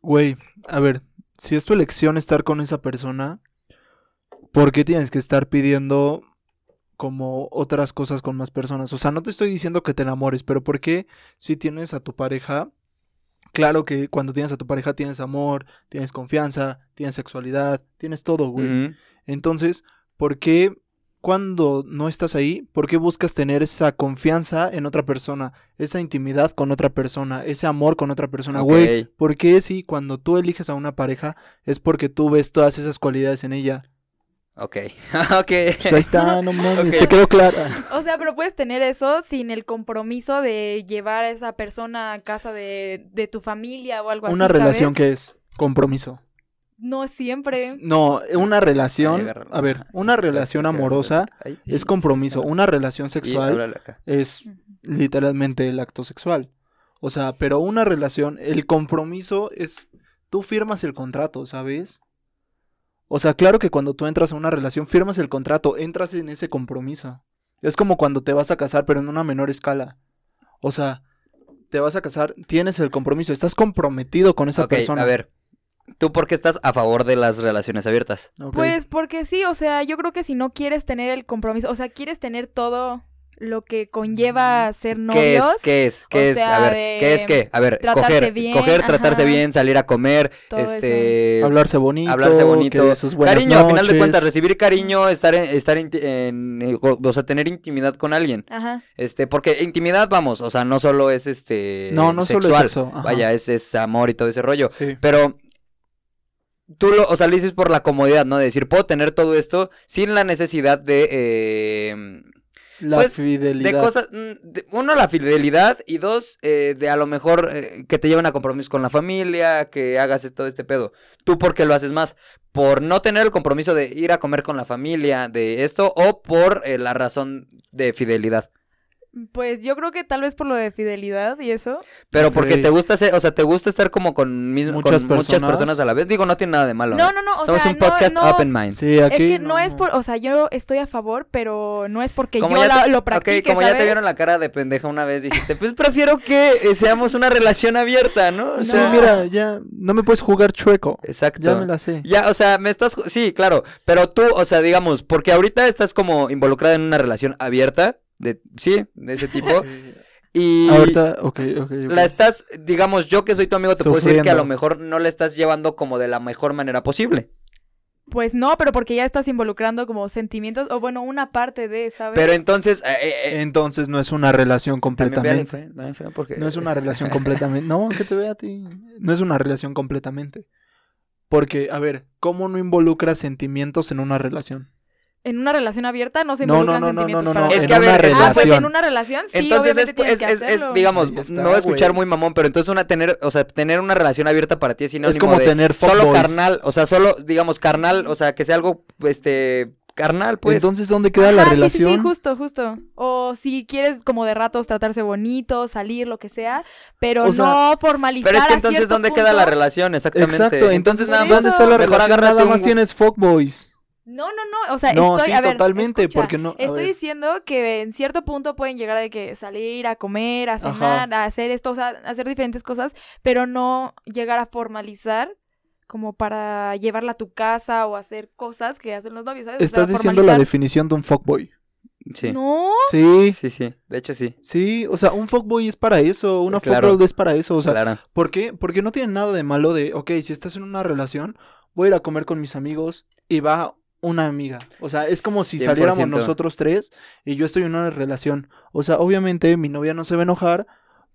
güey, a ver, si es tu elección estar con esa persona, ¿por qué tienes que estar pidiendo como otras cosas con más personas? O sea, no te estoy diciendo que te enamores, pero ¿por qué si tienes a tu pareja? Claro que cuando tienes a tu pareja tienes amor, tienes confianza, tienes sexualidad, tienes todo, güey.
Ujú.
Entonces, ¿por qué cuando no estás ahí, por qué buscas tener esa confianza en otra persona, esa intimidad con otra persona, ese amor con otra persona,
Ok.
güey? ¿Por qué si cuando tú eliges a una pareja es porque tú ves todas esas cualidades en ella?
Ok. <laughs> ok.
Pues ahí está, no mames,
Ok.
te quedó clara.
O sea, pero puedes tener eso sin el compromiso de llevar a esa persona a casa de, de tu familia o algo así.
Una relación
¿sabes?
que es compromiso.
No siempre.
No, una
Ahí
relación,
agarra-
a ver,
ajá,
una
es- es-
relación
es que-
amorosa
Ay, sí, sí,
es
sí,
compromiso,
sí.
una relación
Y
sexual
háblale acá.
es
Ujú.
literalmente el acto sexual. O sea, pero una relación, el compromiso es, tú firmas el contrato, ¿sabes? O sea, claro que cuando tú entras a una relación, firmas el contrato, entras en ese compromiso. Es como cuando te vas a casar, pero en una menor escala. O sea, te vas a casar, tienes el compromiso, estás comprometido con esa
Ok,
persona.
a ver. ¿Tú por qué estás a favor de las relaciones abiertas?
Ok.
Pues porque sí, o sea, yo creo que si no quieres tener el compromiso, o sea, quieres tener todo lo que conlleva ser
Mm, ¿Qué es?
novios,
¿Qué es? ¿Qué
o
es?
sea,
a ver,
de
¿qué es qué? A ver,
tratarse
coger,
bien,
coger, tratarse
ajá.
bien, salir a comer,
Todo
este
hablarse bonito,
hablarse bonito.
que de sus buenas
cariño, a final de
noches.
cuentas, recibir cariño, estar en, estar en, en- eh, o o sea, tener intimidad con alguien.
ajá,
Este, porque intimidad, vamos, o sea, no solo es este
No, no solo
sexual.
es sexo, ajá.
Vaya, es, es amor y todo ese rollo.
Sí.
Pero tú lo, o sea, lo dices por la comodidad, ¿no? De decir, puedo tener todo esto sin la necesidad de eh,
La
Pues, de
fidelidad.
de cosas, mm, de- uno, la fidelidad y dos, eh, de a lo mejor eh, que te lleven a compromisos con la familia, que hagas todo este pedo. ¿Tú por qué lo haces más? ¿Por no tener el compromiso de ir a comer con la familia, de esto, o por eh, la razón de fidelidad?
Pues yo creo que tal vez por lo de fidelidad y eso.
Pero porque
Ok.
te gusta ser, o sea, te gusta estar como con, mis- con
Muchas
muchas
personas.
personas a la vez. Digo, no tiene nada de malo. ¿eh?
No, no, no. O
Somos
sea,
un
no-
podcast
no,
open mind.
Sí,
Es
aquí.
que no, es por, o sea, yo estoy a favor, pero no es porque yo
ya
la-
te-
lo
ok,
practique,
como ya te
¿sabes?
vieron la cara de pendeja una vez, dijiste, pues prefiero que eh, seamos una relación abierta, ¿no? O
No,
sea,
mira, ya. No me puedes jugar chueco.
Exacto.
Ya me la sé.
Ya, o sea, me estás... ju- Sí, claro, pero tú, o sea, digamos, porque ahorita estás como involucrada en una relación abierta, de, sí, de ese tipo, y...
Ahorita, ok, ok. ok.
La estás, digamos, yo que soy tu amigo, te puedo decir que a
Sufriendo.
lo mejor no la estás llevando como de la mejor manera posible.
Pues no, pero porque ya estás involucrando como sentimientos, o bueno, una parte de, ¿sabes?
Pero entonces, eh, eh, eh,
Entonces no es una relación
también ve a la
completamente.
infra- la infra porque- eh,
No es una relación completamente. No, que te vea a ti. No es una relación completamente. Porque, a ver, ¿cómo no involucras sentimientos en una relación?
En una relación abierta no se
No,
involucran
no, no, no, no, no,
sentimientos para
no,
Es
nada.
que, a ver, en-
Ah, pues en
relación.
una relación sí,
Entonces es,
obviamente tienes
es,
que
es- es,
hacerlo.
digamos,
Ahí está,
no voy a escuchar
güey.
muy mamón, pero entonces una tener, o sea, tener una relación abierta para ti es sinónimo
es como
de
tener
solo
fuckboys.
carnal, o sea, solo, digamos, carnal, o sea, que sea algo, este, carnal, pues.
Entonces, ¿dónde queda la
Ajá, sí,
relación?
Sí, sí, justo, justo. O si quieres como de ratos tratarse bonito, salir, lo que sea, pero
O sea,
no formalizar
pero es que
a
entonces,
cierto
¿dónde queda la
punto.
relación? Exactamente.
Exacto, entonces
nada
nada
más-
más está la
mejor
relación,
agárrate
nada
un
más
gu-
tienes fuckboys.
No, no, no, o sea,
No,
estoy,
sí,
a ver,
totalmente,
escucha,
porque no- a
Estoy
ver.
diciendo que en cierto punto pueden llegar de que salir a comer, a
Ajá.
cenar, a hacer esto, o sea, hacer diferentes cosas, pero no llegar a formalizar como para llevarla a tu casa o hacer cosas que hacen los novios, ¿sabes? O sea,
Estás diciendo la
formalizar. Oh,
definición de un fuckboy.
Sí.
No,
Sí,
Sí, sí. De hecho, sí.
sí, o sea, un fuckboy es para eso, una
Claro.
fuckgirl es para eso, o sea,
claro.
¿por qué? Porque no tiene nada de malo de, ok, si estás en una relación, voy a ir a comer con mis amigos y va una amiga. O sea, es como si saliéramos
100%.
nosotros tres y yo estoy en una relación. O sea, obviamente mi novia no se va a enojar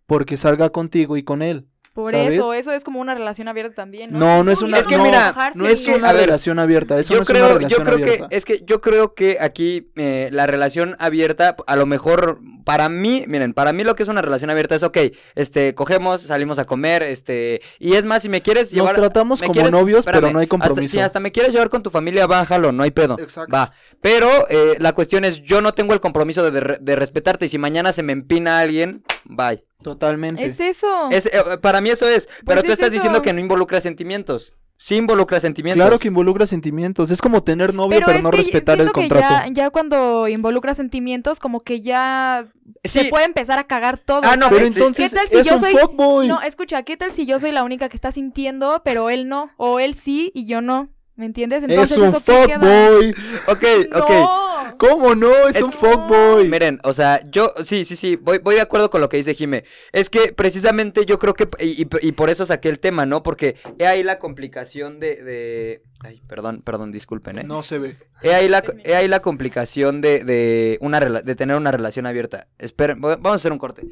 porque salga contigo y con él.
por
¿Sabes?
eso, eso es como una relación abierta también, ¿no?
No, no es una
Es que
no,
mira,
enojarse
no es
ni-
que-
una
a ver,
relación abierta, eso
yo
no es
creo,
una relación
yo creo
abierta.
que es que yo creo que aquí eh, la relación abierta a lo mejor para mí miren para mí lo que es una relación abierta es ok, este cogemos salimos a comer este y es más si me quieres
Nos
llevar
tratamos
me
como
quieres-
novios, pero
espérame,
no hay compromiso.
hasta, si hasta me quieres llevar con tu familia va jalo no hay pedo
Exacto.
va pero eh, la cuestión es yo no tengo el compromiso de, de- de respetarte y si mañana se me empina alguien bye
Totalmente.
Es eso.
Es- eh, para mí eso es pero
Pues
tú
es
estás diciendo
eso.
que no involucra sentimientos sí involucra sentimientos
Claro que involucra sentimientos. Es como tener novio, pero,
es
no
que
respetar el
siento que
contrato.
Ya, ya cuando involucra sentimientos, como que ya se
Sí,
puede empezar a cagar todo.
Ah, no,
¿sabes?
Pero entonces
¿Qué tal si
es
yo
un
soy-
fuckboy.
No, escucha, ¿qué tal si yo soy la única que está sintiendo, pero él no? O él sí y yo no. ¿Me entiendes?
es
Entonces,
un
¿eso qué queda?
fuckboy.
ok ok
No.
¿Cómo no? Es,
Es
un
que-
fuckboy.
Miren, o sea, yo, sí, sí, sí, voy, voy de acuerdo con lo que dice Jime. Es que precisamente yo creo que, y, y- y por eso saqué el tema, ¿no? Porque he ahí la complicación de, de- Ay, perdón, perdón, disculpen, ¿eh?
No se ve.
He ahí la, he ahí la complicación de, de una rela- de tener una relación abierta. Esperen, voy- vamos a hacer un corte.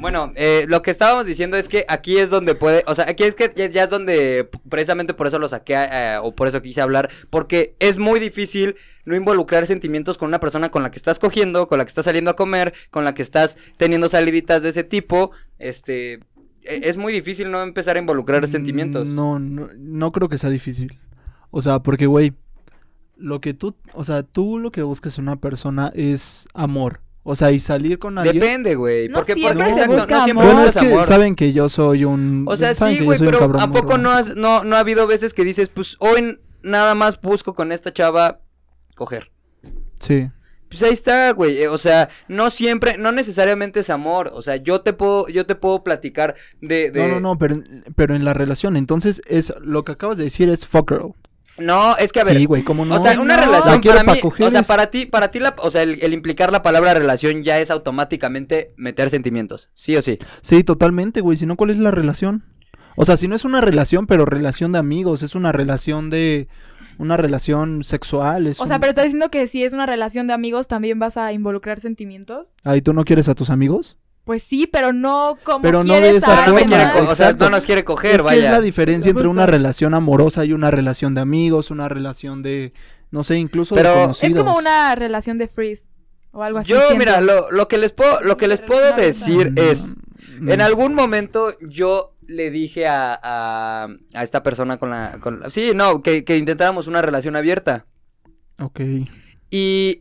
Bueno, eh, lo que estábamos diciendo es que aquí es donde puede, o sea, aquí es que ya, ya es donde precisamente por eso lo saqué eh, o por eso quise hablar, porque es muy difícil no involucrar sentimientos con una persona con la que estás cogiendo, con la que estás saliendo a comer, con la que estás teniendo saliditas de ese tipo, este, e- es muy difícil no empezar a involucrar sentimientos.
Mm, No, no, no creo que sea difícil. O sea, porque, güey, lo que tú, o sea, tú lo que buscas en una persona es amor. O sea, y salir con alguien.
Depende, güey,
No
porque, porque
siempre
se
exacto,
busca
no siempre
Bueno, es
buscas
que
amor.
saben que yo soy un.
O sea,
saben
sí,
que yo
güey,
soy un
pero
cabrón
¿a poco
morro?
no, has- no, no ha habido veces que dices, pues hoy nada más busco con esta chava coger?
Sí.
Pues ahí está, güey. eh, O sea, no siempre, no necesariamente es amor. O sea, yo te puedo, yo te puedo platicar de. de-
No, no, no, pero, pero en la relación. Entonces, es lo que acabas de decir es fuck girl.
No, es que a ver.
sí, güey, ¿cómo no?
O sea, una
No.
relación
La quiero
para
pa'
mí,
coger
o sea,
es-
para ti, para ti, la, o sea, el, el implicar la palabra relación ya es automáticamente meter sentimientos, sí o sí.
Sí, totalmente, güey. Si no, ¿cuál es la relación? O sea, si no es una relación, pero relación de amigos, es una relación de. Una relación sexual. Es
O sea,
un-
pero estás diciendo que si es una relación de amigos, también vas a involucrar sentimientos.
Ay, ¿tú no quieres a tus amigos?
Pues sí, pero no como
Pero no
quieres
de esa
a
O sea, no me
alguien
forma.
quiere
más.
co- o sea,
Exacto.
no nos quiere coger,
es
vaya.
que es la diferencia entre una
Justo.
relación amorosa y una relación de amigos, una relación de. No sé, incluso
Pero-
de
Es
Es
conocidos.
como una relación de freeze o algo así.
Yo,
siento.
mira, lo, lo que les puedo, lo que les puedo
Relación
decir
Mm,
es,
mm.
en algún momento yo le dije a, a, a esta persona con la, con la- sí, no, que, que intentáramos una relación abierta.
Ok.
Y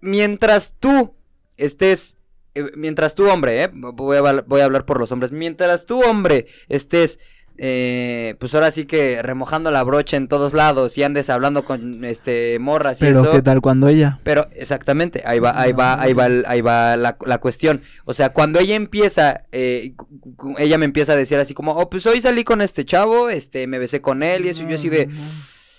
mientras tú estés eh, mientras tú, hombre, eh, voy, a, hablar- voy a hablar por los hombres, mientras tú, hombre, estés, eh, pues ahora sí que remojando la brocha en todos lados y andes hablando con este morras y
Pero
eso.
qué tal cuando ella.
Pero exactamente, ahí va, ahí va, ahí va, el- ahí va la, la cuestión. O sea, cuando ella empieza, eh, cu- cu- ella me empieza a decir así como, oh, pues hoy salí con este chavo, este, me besé con él y eso, y yo así de,
No, no, no.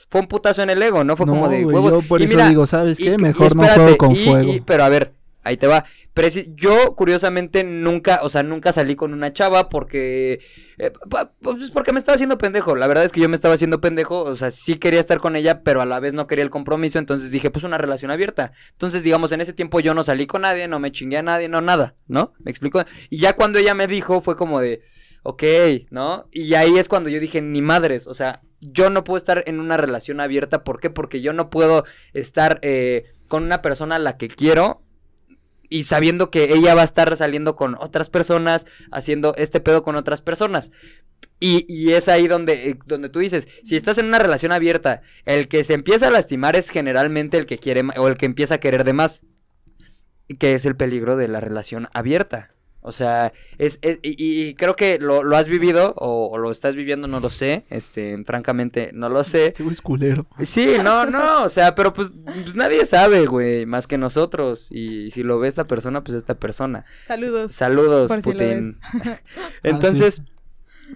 fue un putazo en el ego, ¿no? Fue como de
güey,
huevos.
Yo por
y
eso
mira,
digo, ¿sabes
y-
qué?
y
Mejor no
espérate,
juego con
y- y-
fuego.
pero a ver, ahí te va. Preci- yo, curiosamente, nunca, o sea, nunca salí con una chava porque. eh, pa- pues porque me estaba haciendo pendejo. La verdad es que yo me estaba haciendo pendejo. O sea, sí quería estar con ella, pero a la vez no quería el compromiso. Entonces dije, pues una relación abierta. Entonces, digamos, en ese tiempo yo no salí con nadie, no me chingué a nadie, no nada, ¿no? ¿Me explico? Y ya cuando ella me dijo, fue como de. Ok, ¿no? Y ahí es cuando yo dije, ni madres, o sea, yo no puedo estar en una relación abierta, ¿por qué? Porque yo no puedo estar eh, con una persona a la que quiero y sabiendo que ella va a estar saliendo con otras personas, haciendo este pedo con otras personas. Y, y es ahí donde, eh, donde tú dices, si estás en una relación abierta, el que se empieza a lastimar es generalmente el que quiere ma- o el que empieza a querer de más, que es el peligro de la relación abierta. O sea, es, es- y- y, y creo que lo, lo has vivido o, o lo estás viviendo, no lo sé, este, francamente no lo sé.
Este güey es culero.
Sí, no, no, o sea, pero pues, pues nadie sabe, güey, más que nosotros. Y si lo ve esta persona, pues esta persona.
Saludos.
Saludos,
Por si lo
Putin. <laughs> Entonces,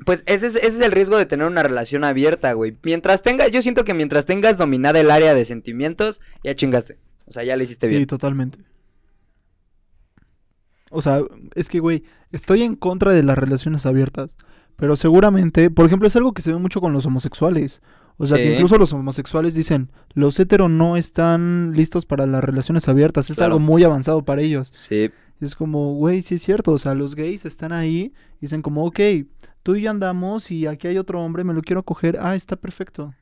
pues ese es, ese es el riesgo de tener una relación abierta, güey. Mientras tengas, yo siento que mientras tengas dominada el área de sentimientos, ya chingaste. O sea, ya le hiciste
Sí,
bien.
totalmente. O sea, es que, güey, estoy en contra de las relaciones abiertas. Pero seguramente, por ejemplo, es algo que se ve mucho con los homosexuales. O sea,
Sí.
que incluso los homosexuales dicen, los heteros no están listos para las relaciones abiertas. Es
Claro.
algo muy avanzado para ellos.
Sí,
Es como, güey, sí es cierto. O sea, los gays están ahí. Dicen como, ok, tú y yo andamos y aquí hay otro hombre, me lo quiero coger. Ah, está perfecto.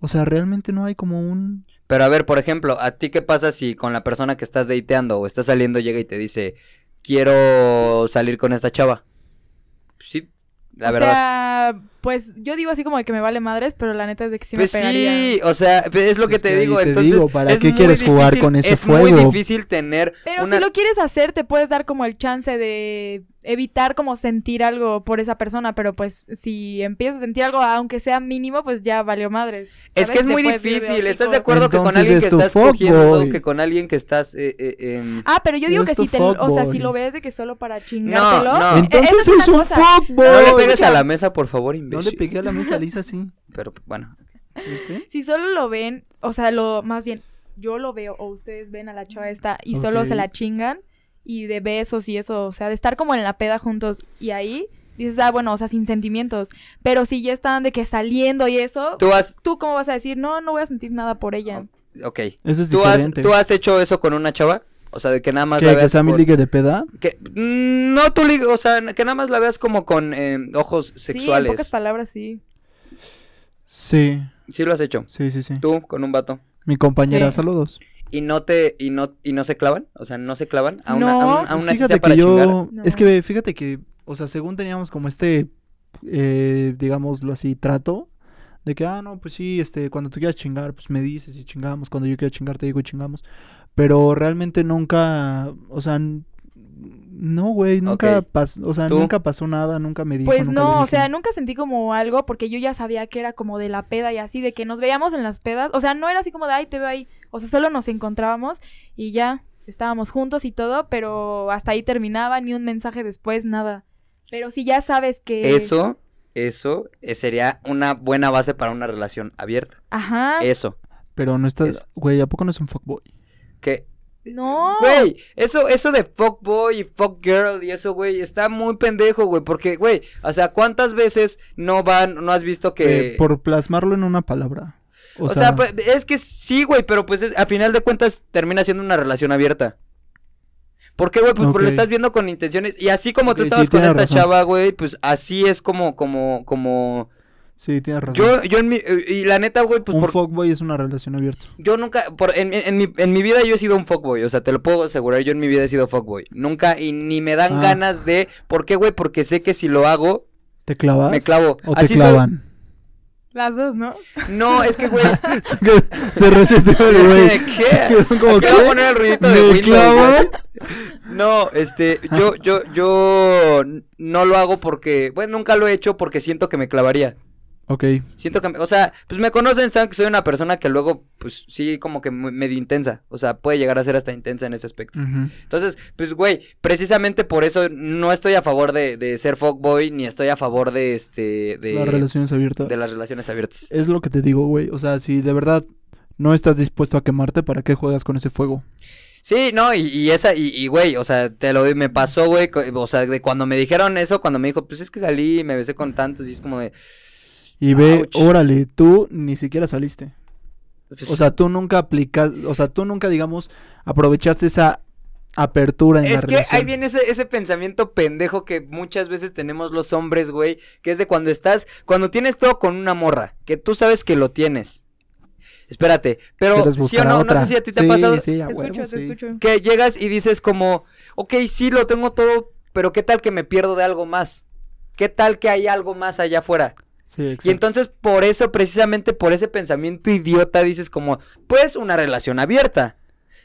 O sea, realmente no hay como un...
pero a ver, por ejemplo, ¿a ti qué pasa si con la persona que estás dateando o estás saliendo llega y te dice, quiero salir con esta chava? Pues Sí, la
o
verdad.
sea, pues yo digo así como de que me vale madres, pero la neta es de que sí
pues
me pegaría.
sí, o sea, pe- es lo
Pues
que te
que ahí
digo,
te
entonces
digo, ¿para
es
qué
muy
quieres jugar
difícil-
con ese
es muy
fuego?
difícil tener
Pero
una
si lo quieres hacer, te puedes dar como el chance de evitar como sentir algo por esa persona, pero pues si empiezas a sentir algo, aunque sea mínimo, pues ya valió madres.
Es
¿sabes?
que es
Te
muy
puedes ir de
difícil, ¿estás de
hocico.
acuerdo que con
Entonces
alguien
es
que
tu
estás
fuckboy.
cogiendo, que con alguien que estás eh, eh, em,
Ah, pero yo digo
Eres
que
tu
si te, o sea, si
fuckboy.
lo ves de que solo para chingártelo.
no.
eh,
Entonces
eso
es,
una
un
cosa.
fuckboy.
Ah. No le pegues a la mesa, por favor,
No
imbécil.
le pegué a la mesa
<laughs>
lisa así.
Pero bueno,
¿Viste?
Si solo lo ven, o sea, lo más bien yo lo veo o ustedes ven a la chava esta y solo se
Ok.
la chingan y de besos y eso, o sea, de estar como en la peda juntos y ahí dices, ah, bueno, o sea, sin sentimientos, pero si ya están de que saliendo y eso,
tú has
¿tú cómo vas a decir? No, no voy a sentir nada por ella.
ok.
Eso es
¿Tú has,
diferente.
tú has hecho eso con una chava? O sea, de que nada más
¿Qué,
la
que
veas
sea mi
por-
ligue de peda?
que- mm, no tú ligue, o sea, que nada más la veas como con em, ojos
Sí, en
sexuales.
pocas palabras, sí.
Sí,
sí lo has hecho.
sí, sí, sí.
Tú con un vato.
Mi compañera,
Sí.
saludos.
y no te y no y no se clavan o sea no se clavan a una,
No, pues
a un- a una así sea
pues Fíjate
para
que
chingar
yo...
No.
Es que ve, fíjate que, o sea, según teníamos como este, eh, digámoslo así, trato. De que, ah, no, pues sí, este, cuando tú quieras chingar, pues me dices y chingamos. Cuando yo quiera chingar, te digo y chingamos. Pero realmente nunca, o sea, n- no, güey, nunca
Ok.
pasó, o sea,
¿Tú?
nunca pasó nada, nunca me dijo.
Pues
nunca
no,
le
o
dije.
sea, nunca sentí como algo porque yo ya sabía que era como de la peda y así, de que nos veíamos en las pedas. O sea, no era así como de, ay, te veo ahí. O sea, solo nos encontrábamos y ya estábamos juntos y todo, pero hasta ahí terminaba, ni un mensaje después, nada. Pero si ya sabes
eh,
que...
eso eso eh, sería una buena base para una relación abierta
Ah.
Ajá.
eso
Pero no
Eso.
estás, güey, ¿a poco no es un fuckboy?
que
No.
güey eso eso de fuckboy y fuckgirl y eso güey está muy pendejo güey porque güey o sea cuántas veces no van no has visto que
Eh, por plasmarlo en una palabra. O,
o, sea,
sea,
pues, es que sí güey pero pues es- a final de cuentas termina siendo una relación abierta ¿Por qué, güey? Pues porque lo
Ok.
estás viendo con intenciones. Y así como tú
Ok, sí,
estabas con
tienes
esta
razón.
chava, güey, pues así es como, como, como,
sí, tienes razón.
Yo, yo en mi, eh, y la neta, güey, pues
un
por,
fuckboy es una relación abierta.
yo nunca, por, en, en- en mi, en mi vida yo he sido un fuckboy, o sea, te lo puedo asegurar, yo en mi vida he sido fuckboy. Nunca, y ni me dan
Ah.
ganas de, ¿por qué, güey? Porque sé que si lo hago,
¿Te clavas?
me clavo.
¿O te
Así soy-
clavan? <laughs>
Las dos, ¿no?
No, es que, güey,
Se reseteó el
yo <laughs> así
güey.
de, ¿qué?
<laughs> Quedaron como,
Quiero
¿qué?
poner el ruidito de
¿Me
Windows.
clavan?
así. No, este, yo, yo, yo no lo hago porque, bueno, nunca lo he hecho porque siento que me clavaría.
Ok.
Siento que, me- o sea, pues me conocen, saben que soy una persona que luego, pues sí, como que me- medio intensa. O sea, puede llegar a ser hasta intensa en ese aspecto.
Ujú.
Entonces, pues, güey, precisamente por eso no estoy a favor de, de ser fuckboy ni estoy a favor de, este, de,
Las relaciones abiertas.
de las relaciones abiertas.
Es lo que te digo, güey. O sea, si de verdad no estás dispuesto a quemarte, ¿para qué juegas con ese fuego?
Sí, no, y, y esa, y, y, güey, o sea, te lo me pasó, güey, co- o sea, de cuando me dijeron eso, cuando me dijo, pues es que salí y me besé con tantos, y es como de,
Y ve,
Ah, Ouch.
órale, tú ni siquiera saliste.
pues,
O sea, tú nunca aplicas, o sea, tú nunca, digamos, aprovechaste esa apertura en la
es que
relación.
ahí viene ese, ese pensamiento pendejo que muchas veces tenemos los hombres, güey, que es de cuando estás, cuando tienes todo con una morra, que tú sabes que lo tienes. Espérate, pero
Quieres
sí o
buscar a
no, no
otra.
sé si a ti te
Sí,
ha pasado
sí, a
Te
huevo,
escucho,
sí.
te escucho.
que llegas y dices como, ok, sí lo tengo todo, pero qué tal que me pierdo de algo más, qué tal que hay algo más allá afuera.
Sí,
Y
exacto.
entonces por eso, precisamente por ese pensamiento idiota, dices como, pues una relación abierta.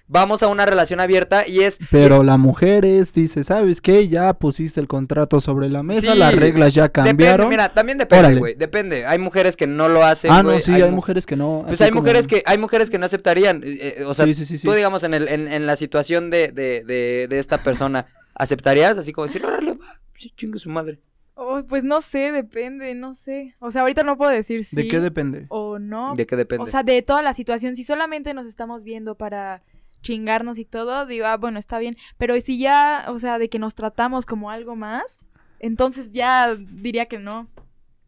Vamos a una relación abierta y es...
Pero la mujer es, dice, ¿sabes qué? Ya pusiste el contrato sobre la mesa,
Sí.
las reglas ya
Depende,
cambiaron.
mira, también depende,
Órale.
güey. Depende. Hay mujeres que no lo hacen.
ah, no,
güey,
sí, hay,
mu-
mujeres que no.
Pues
así
hay
como-
mujeres que hay mujeres que no aceptarían. eh, eh, o sea,
Sí, sí, sí, sí.
tú digamos en, el, en, en la situación de, de, de, de esta persona, ¿aceptarías? Así como decir, órale, va, sí, chingue su madre.
Oh, pues no sé, depende, no sé. O sea, ahorita no puedo decir sí
¿De qué depende?
o no.
¿De qué depende?
O sea, de toda la situación. Si solamente nos estamos viendo para chingarnos y todo, digo, ah, bueno, está bien. Pero si ya, o sea, de que nos tratamos como algo más, entonces ya diría que no.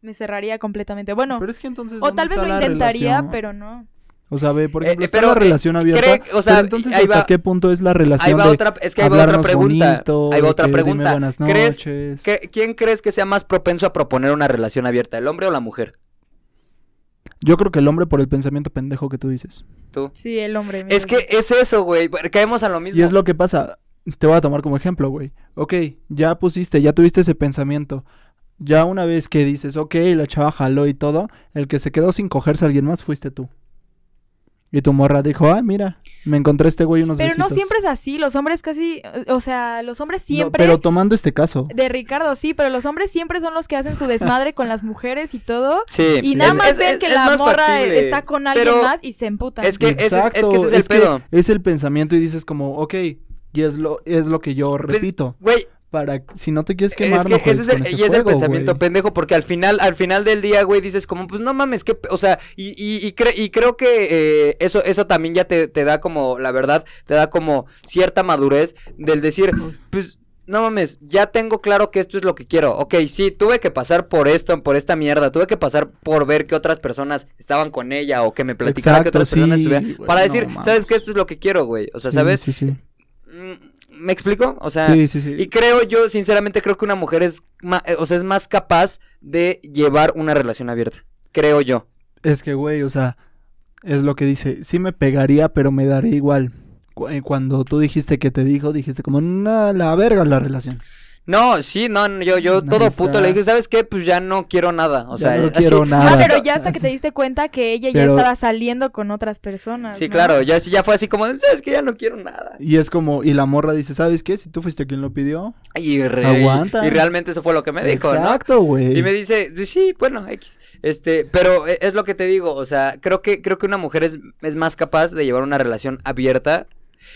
Me cerraría completamente. Bueno,
Pero es que entonces.
o
¿dónde
tal vez
está
lo
la
intentaría,
relación?
pero no.
O sea, ve, por
Eh,
ejemplo,
eh,
está
pero,
la
eh,
relación abierta.
cree- o
o
sea,
sea, entonces,
ahí
¿hasta
va-
qué punto es la
Ahí
relación
va
de
otra, es que ahí va otra
hablarnos
pregunta.
bonito,
ahí va
de
otra
que dime
pregunta.
buenas
¿Crees
noches?
que- ¿Quién crees que sea más propenso a proponer una relación abierta, el hombre o la mujer?
Yo creo que el hombre por el pensamiento pendejo que tú dices.
Tú.
Sí, el hombre. mira,
Es que es eso, güey. Caemos a lo mismo.
Y es lo que pasa. Te voy a tomar como ejemplo, güey. Ok, ya pusiste, ya tuviste ese pensamiento. Ya una vez que dices, ok, la chava jaló y todo, el que se quedó sin cogerse a alguien más fuiste tú. Y tu morra dijo, ah, mira, me encontré este güey unos
Pero no
besitos".
siempre es así. Los hombres casi, o sea, los hombres
No,
siempre...
pero tomando este caso.
De Ricardo, sí, pero los hombres siempre son los que hacen su desmadre con las mujeres
<laughs>
y todo.
Sí.
Y nada
Es-
más
es-
ven
es-
que
es
la
más
morra
factible.
está con alguien
Pero
más y se emputan.
es que ese es- es que ese es el pedo.
Es el pensamiento y dices como, ok, y es lo, es lo que yo
Pues,
repito.
Güey,
Para, si no te quieres quemar,
es que
no
ese es
juegues
el,
con ese
y es el
juego,
pensamiento
güey.
pendejo porque al final, al final del día, güey, dices como, pues no mames, que, o sea, y, y, y, cre- y creo que eh, eso, eso también ya te, te da como, la verdad, te da como cierta madurez del decir, pues no mames, ya tengo claro que esto es lo que quiero. Ok, sí, tuve que pasar por esto, por esta mierda, tuve que pasar por ver que otras personas estaban con ella o que me platicara que
Exacto,
otras personas
sí,
estuvieran.
güey,
para
no
decir,
mames.
¿sabes qué? Esto es lo que quiero, güey. O sea, ¿sabes?
Sí, sí, sí.
Mm, ¿Me explico? O sea,
Sí, sí, sí.
y creo yo, sinceramente, creo que una mujer es, ma- eh, o sea, es más capaz de llevar una relación abierta. Creo yo.
Es que, güey, o sea, es lo que dice. Sí me pegaría, pero me daría igual. Cu- eh, Cuando tú dijiste que te dijo, dijiste como, no, la verga la relación.
No, sí, no, no, yo, yo
Ahí
todo puto le
está.
dije, ¿sabes qué? Pues ya no quiero nada. O
Ya
sea,
no
así-
quiero nada.
Ah,
Ahora-
pero ya hasta que te diste cuenta que ella ya
Pero-
estaba saliendo con otras personas.
Sí,
¿no?
claro, ya, sí, ya fue así como, ¿sabes qué? Ya no quiero nada.
Y es como, y la morra dice, ¿sabes qué? Si tú fuiste quien lo pidió.
Y, re-
Aguanta.
y realmente eso fue lo que me dijo, ¿no?
Exacto, güey.
Y me dice, "Pues sí, bueno, X. Este, pero e- es lo que te digo, o sea, creo que, creo que una mujer es, es más capaz de llevar una relación abierta.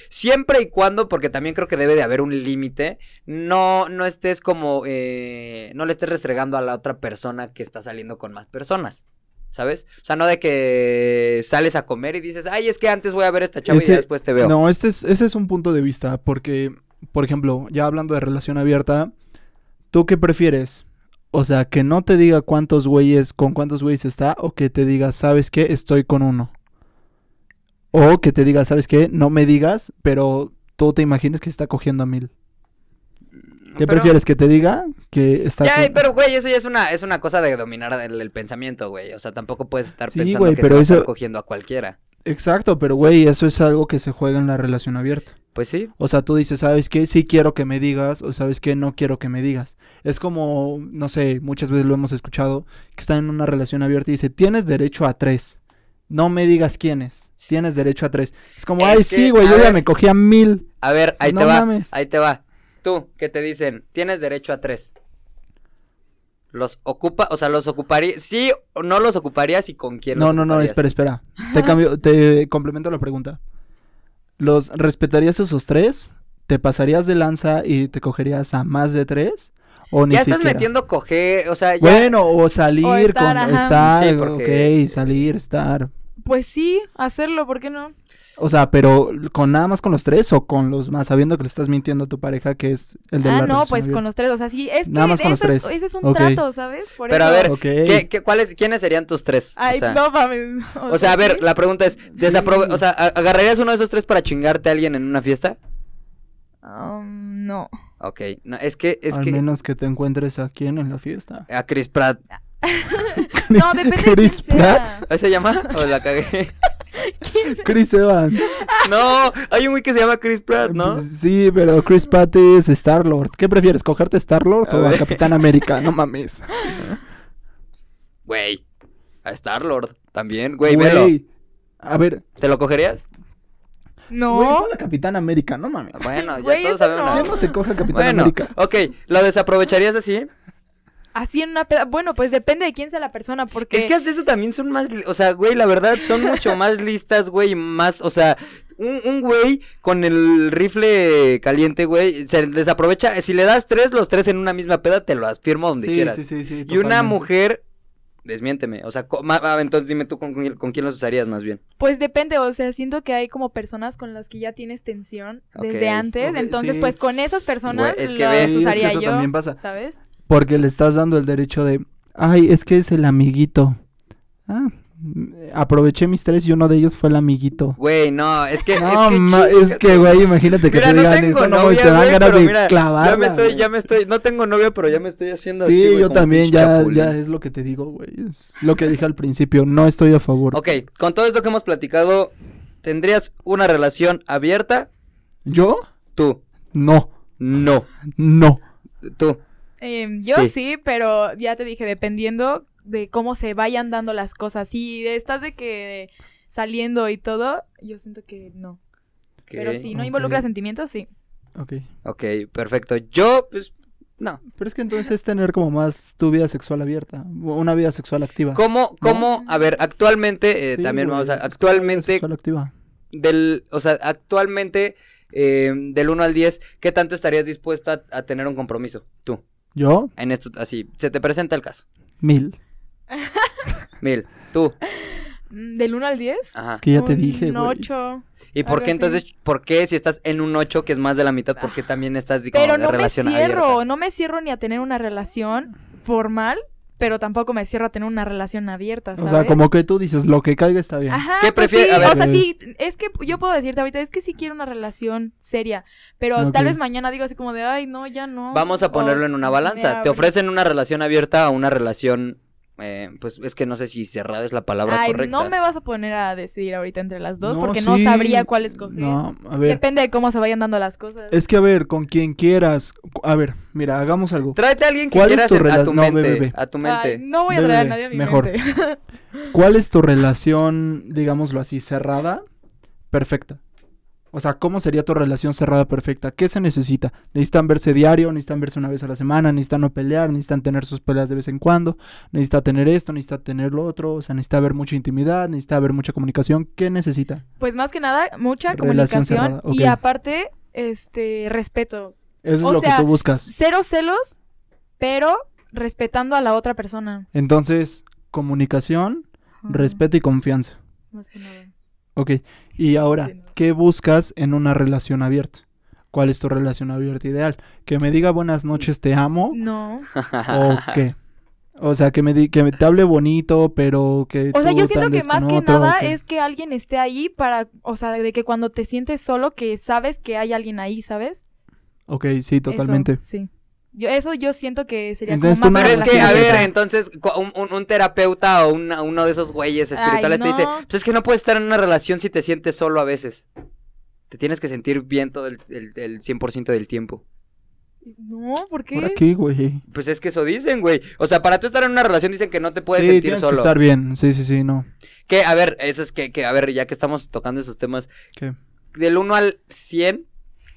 Siempre y cuando, porque también creo que debe de haber un límite, no, no estés como, eh, no le estés restregando a la otra persona que está saliendo con más personas, ¿sabes? O sea, no de que sales a comer y dices, ay, es que antes voy a ver a esta chava y
Ese-
ya después te veo.
No, este es, ese es un punto de vista, porque, por ejemplo, ya hablando de relación abierta, ¿tú qué prefieres? O sea, que no te diga cuántos güeyes, con cuántos güeyes está, o que te diga, ¿sabes qué? Estoy con uno. O que te diga, ¿sabes qué? No me digas, pero tú te imagines que está cogiendo a mil. ¿Qué
Pero-
prefieres? ¿Que te diga que está
Ya,
con-
pero güey, eso ya es una, es una cosa de dominar el, el pensamiento, güey. O sea, tampoco puedes estar
Sí,
pensando
güey,
que se
pero
va a estar
eso-
cogiendo a cualquiera.
Exacto, pero güey, eso es algo que se juega en la relación abierta.
Pues sí.
O sea, tú dices, ¿sabes qué? Sí quiero que me digas, o ¿sabes qué? No quiero que me digas. Es como, no sé, muchas veces lo hemos escuchado, que están en una relación abierta y dice, tienes derecho a tres. No me digas quiénes. tienes derecho a tres. Es como,
Es
ay,
que,
sí, güey,
a
yo ya
ver.
me cogí a mil.
A ver, ahí
No
te va.
mames.
Ahí te va. Tú, que te dicen, tienes derecho a tres. Los ocupa, o sea, los ocuparía. Sí, o no los ocuparías y con quién
No,
los
no, no,
ocuparías?
espera, espera. Te cambio, te complemento la pregunta. ¿Los respetarías esos tres? ¿Te pasarías de lanza y te cogerías a más de tres? ¿O ni
Ya estás
siquiera?
metiendo coger, o sea, ya.
Bueno, o salir
O estar,
con
ajá.
estar,
Sí, porque-
ok, salir, estar.
Pues sí, hacerlo, ¿por qué no?
O sea, pero con nada más con los tres o con los más, sabiendo que le estás mintiendo a tu pareja que es el de la
Ah, no,
relación
pues con los tres, o sea, sí, es
Nada
que
más con los
ese es-
tres.
ese es un
Ok.
trato, ¿sabes? Por
Pero a
eso-
ver,
Ok.
¿qué- qué- cuáles, ¿quiénes serían tus tres?
Ay,
o sea,
no mames.
<laughs> o sea, a ver, la pregunta es, ¿desapro-
Sí.
o sea, a- ¿agarrarías uno de esos tres para chingarte a alguien en una fiesta?
Um, no.
<laughs>
Ok, no, es que, es
Al
que
menos que te encuentres a quién en la
<laughs>
fiesta.
a Chris Pratt,
No, depende de quién
Chris
sea.
Pratt.
¿ahí se llama? <laughs> ¿O la cagué?
Chris Evans.
no, hay un güey que se llama Chris Pratt, <laughs> ¿no?
Pues Sí, pero Chris Pratt es Star-Lord. ¿Qué prefieres, cogerte a Star-Lord
A
o a
ver.
Capitán América? No mames.
Güey, a Star-Lord también, güey,
Güey,
velo.
A ver,
¿Te lo
<laughs>
cogerías?
güey,
No.
¿cuál a Capitán América? No mames.
Bueno, ya
Güey,
todos
eso
sabemos.
no.
¿no?
¿Quién no se coge a Capitán
Bueno,
América?
ok, ¿lo desaprovecharías así?
Así en una peda. Bueno, pues depende de quién sea la persona, porque.
Es que hasta eso también son más, li- o sea, güey, la verdad, son mucho más listas, güey, y más, o sea, un, un güey con el rifle caliente, güey, se desaprovecha. Si le das tres, los tres en una misma peda, te lo afirmo donde quieras.
sí, sí.
y una
totalmente.
mujer, desmiénteme, o sea, co- ma- ah, entonces dime tú con, quién- con quién los usarías más bien.
Pues depende, o sea, siento que hay como personas con las que ya tienes tensión
Ok.
desde antes.
Ok,
entonces,
sí.
pues con esas personas
Güey, es que
las
ves. Sí, es
que
usaría
eso
yo.
también pasa.
¿Sabes?
Porque le estás dando el derecho de, ay, es que es el amiguito. Ah, mm, aproveché mis tres y uno de ellos fue el amiguito.
Güey, no, es que, es
No,
que,
ma- es
chinga-
que, güey, imagínate que
Mira,
te
no
digan
tengo
eso, no,
novia,
mames, te dan
güey,
ganas
pero
de
mira,
clavarla,
ya me estoy,
güey.
ya me estoy, no tengo novia, pero ya me estoy haciendo así,
Sí,
güey,
yo
como
también,
pinche
ya,
chapulín.
ya es lo que te digo, güey. Es lo que dije al principio, no estoy a favor.
Ok, con todo esto que hemos platicado, ¿tendrías una relación abierta?
¿Yo?
Tú.
No,
No.
no.
Tú.
Em, yo
Sí.
sí. pero ya te dije, dependiendo de cómo se vayan dando las cosas. Si estás de que saliendo y todo, yo siento que no. Pero si no
Ok.
involucra sentimientos, sí.
Ok.
Ok, perfecto. Yo, pues, no.
Pero es que entonces es tener como más tu vida sexual abierta, una vida sexual activa.
¿Cómo, cómo, a ver, actualmente, eh,
Sí,
también
güey,
vamos a,
es una vida
actualmente,
sexual activa.
del, o sea, actualmente, eh, del 1 al 10, ¿qué tanto estarías dispuesta a, a tener un compromiso? Tú,
¿Yo?
en esto, así, se te presenta el caso.
Mil.
Mil, tú,
Mm, ¿Del 1 al 10?
ajá.
Es que ya te
Un
dije, güey.
ocho.
¿Y por
algo
qué
así.
entonces, por qué si estás en un 8, que es más de la mitad, por qué también estás como,
Ah. Pero
de
no me
relación
cierro,
abierta?
no me cierro ni a tener una relación formal, pero tampoco me cierro a tener una relación abierta,
O
¿sabes?
sea, como que tú dices, lo que caiga está bien.
Ajá,
¿Qué
pues
prefieres?
sí,
A ver.
o sea, sí, es que yo puedo decirte ahorita, es que sí quiero una relación seria, pero
Ok.
tal vez mañana digo así como de, ay, no, ya no.
Vamos a ponerlo
o
en una
me
balanza. Te
abro.
ofrecen una relación abierta a una relación, eh, pues es que no sé si cerrada es la palabra
Ay,
correcta.
no me vas a poner a decidir ahorita entre las dos,
No,
porque no
sí.
sabría cuál escoger.
No, a ver.
Depende de cómo se vayan dando las cosas.
Es que a ver, con quien quieras. cu- A ver, mira, hagamos algo.
Tráete a alguien que
¿Cuál es
quieras
tu
en- a
rela-
tu
no, ve,
mente,
ve, ve.
a tu
Ay,
mente.
no voy a
Ve,
traer a
ve,
nadie a mi
mejor.
mente. <laughs>
¿Cuál es tu relación, digámoslo así, cerrada, perfecta? O sea, ¿cómo sería tu relación cerrada perfecta? ¿Qué se necesita? ¿Necesitan verse diario? ¿Necesitan verse una vez a la semana? ¿Necesitan no pelear? ¿Necesitan tener sus peleas de vez en cuando? ¿Necesita tener esto? ¿Necesita tener lo otro? O sea, ¿necesita haber mucha intimidad? ¿Necesita haber mucha comunicación? ¿Qué necesita?
Pues más que nada, mucha
Relación
comunicación
cerrada, ok.
y aparte, este, respeto.
Eso
O
es lo
sea,
que tú buscas.
Cero celos, pero respetando a la otra persona.
Entonces, comunicación,
Ajá,
respeto y confianza.
Más que nada.
Ok, y ahora,
Entiendo.
¿qué buscas en una relación abierta? ¿Cuál es tu relación abierta ideal? ¿Que me diga buenas noches, te
<laughs>
amo?
No.
¿O qué? O sea, que me, di- que me- te hable bonito, pero que...
O sea,
tú
yo
te
siento
andes
que más
con
que
otro,
nada
¿o qué?
es que alguien esté ahí para, o sea, de que cuando te sientes solo, que sabes que hay alguien ahí, ¿sabes?
Ok, sí,
Eso,
totalmente.
sí. Yo, eso yo siento que sería
Entonces tú
como más
no
Pero
una
es
eres
que,
relación
a ver,
abierta.
entonces cu- un, un- un terapeuta o una- uno de esos güeyes espirituales
Ay,
te dice,
no.
pues es que no puedes estar en una relación si te sientes solo a veces. Te tienes que sentir bien todo el, el- el 100% del tiempo.
No, ¿por qué?
¿Por qué, güey?
Pues es que eso dicen, güey. O sea, para tú estar en una relación dicen que no te puedes
Sí,
sentir
tienes
solo.
que estar bien. Sí, sí, sí, no.
Que, a ver, eso es que, que, a ver, ya que estamos tocando esos temas,
¿Qué?
del 1 al 100,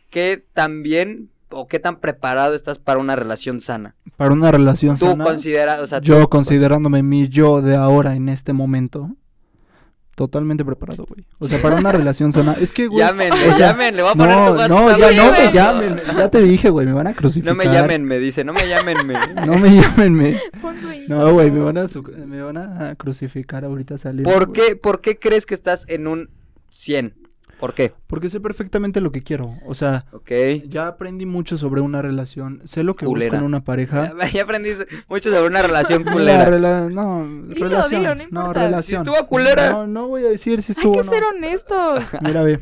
¿qué tan bien o qué tan preparado estás para una relación sana?
Para una relación
Tú
sana,
consideras, o sea, tú-
yo considerándome mi yo de ahora en este momento, totalmente preparado, güey. O sea, para
<laughs>
una relación sana, es que, güey,
llámenle,
o sea,
llamen, le voy a poner
no,
tu
no,
WhatsApp.
ya
ahí,
no me
güey.
llamen, ya te dije, güey, me van a crucificar.
No me llamen, me dice, no me llamen, me.
<laughs> No me llamen, me-
Pon su
<laughs>
Insta,
No, güey,
por
me
favor.
van a, su- me van a crucificar ahorita saliendo.
¿Por
güey.
qué, ¿Por qué crees que estás en un 100? ¿Por qué?
Porque sé perfectamente lo que quiero. O sea,
Ok.
ya aprendí mucho sobre una relación. Sé lo que busco
Culera.
en una pareja.
<laughs> Ya aprendí mucho sobre una relación
La
culera.
rela- no,
Dilo,
relación.
dilo, no importa.
relación.
Si estuvo culera.
No, no voy a decir si
Hay
estuvo.
que
o no.
ser honestos.
<laughs> Mira, ve.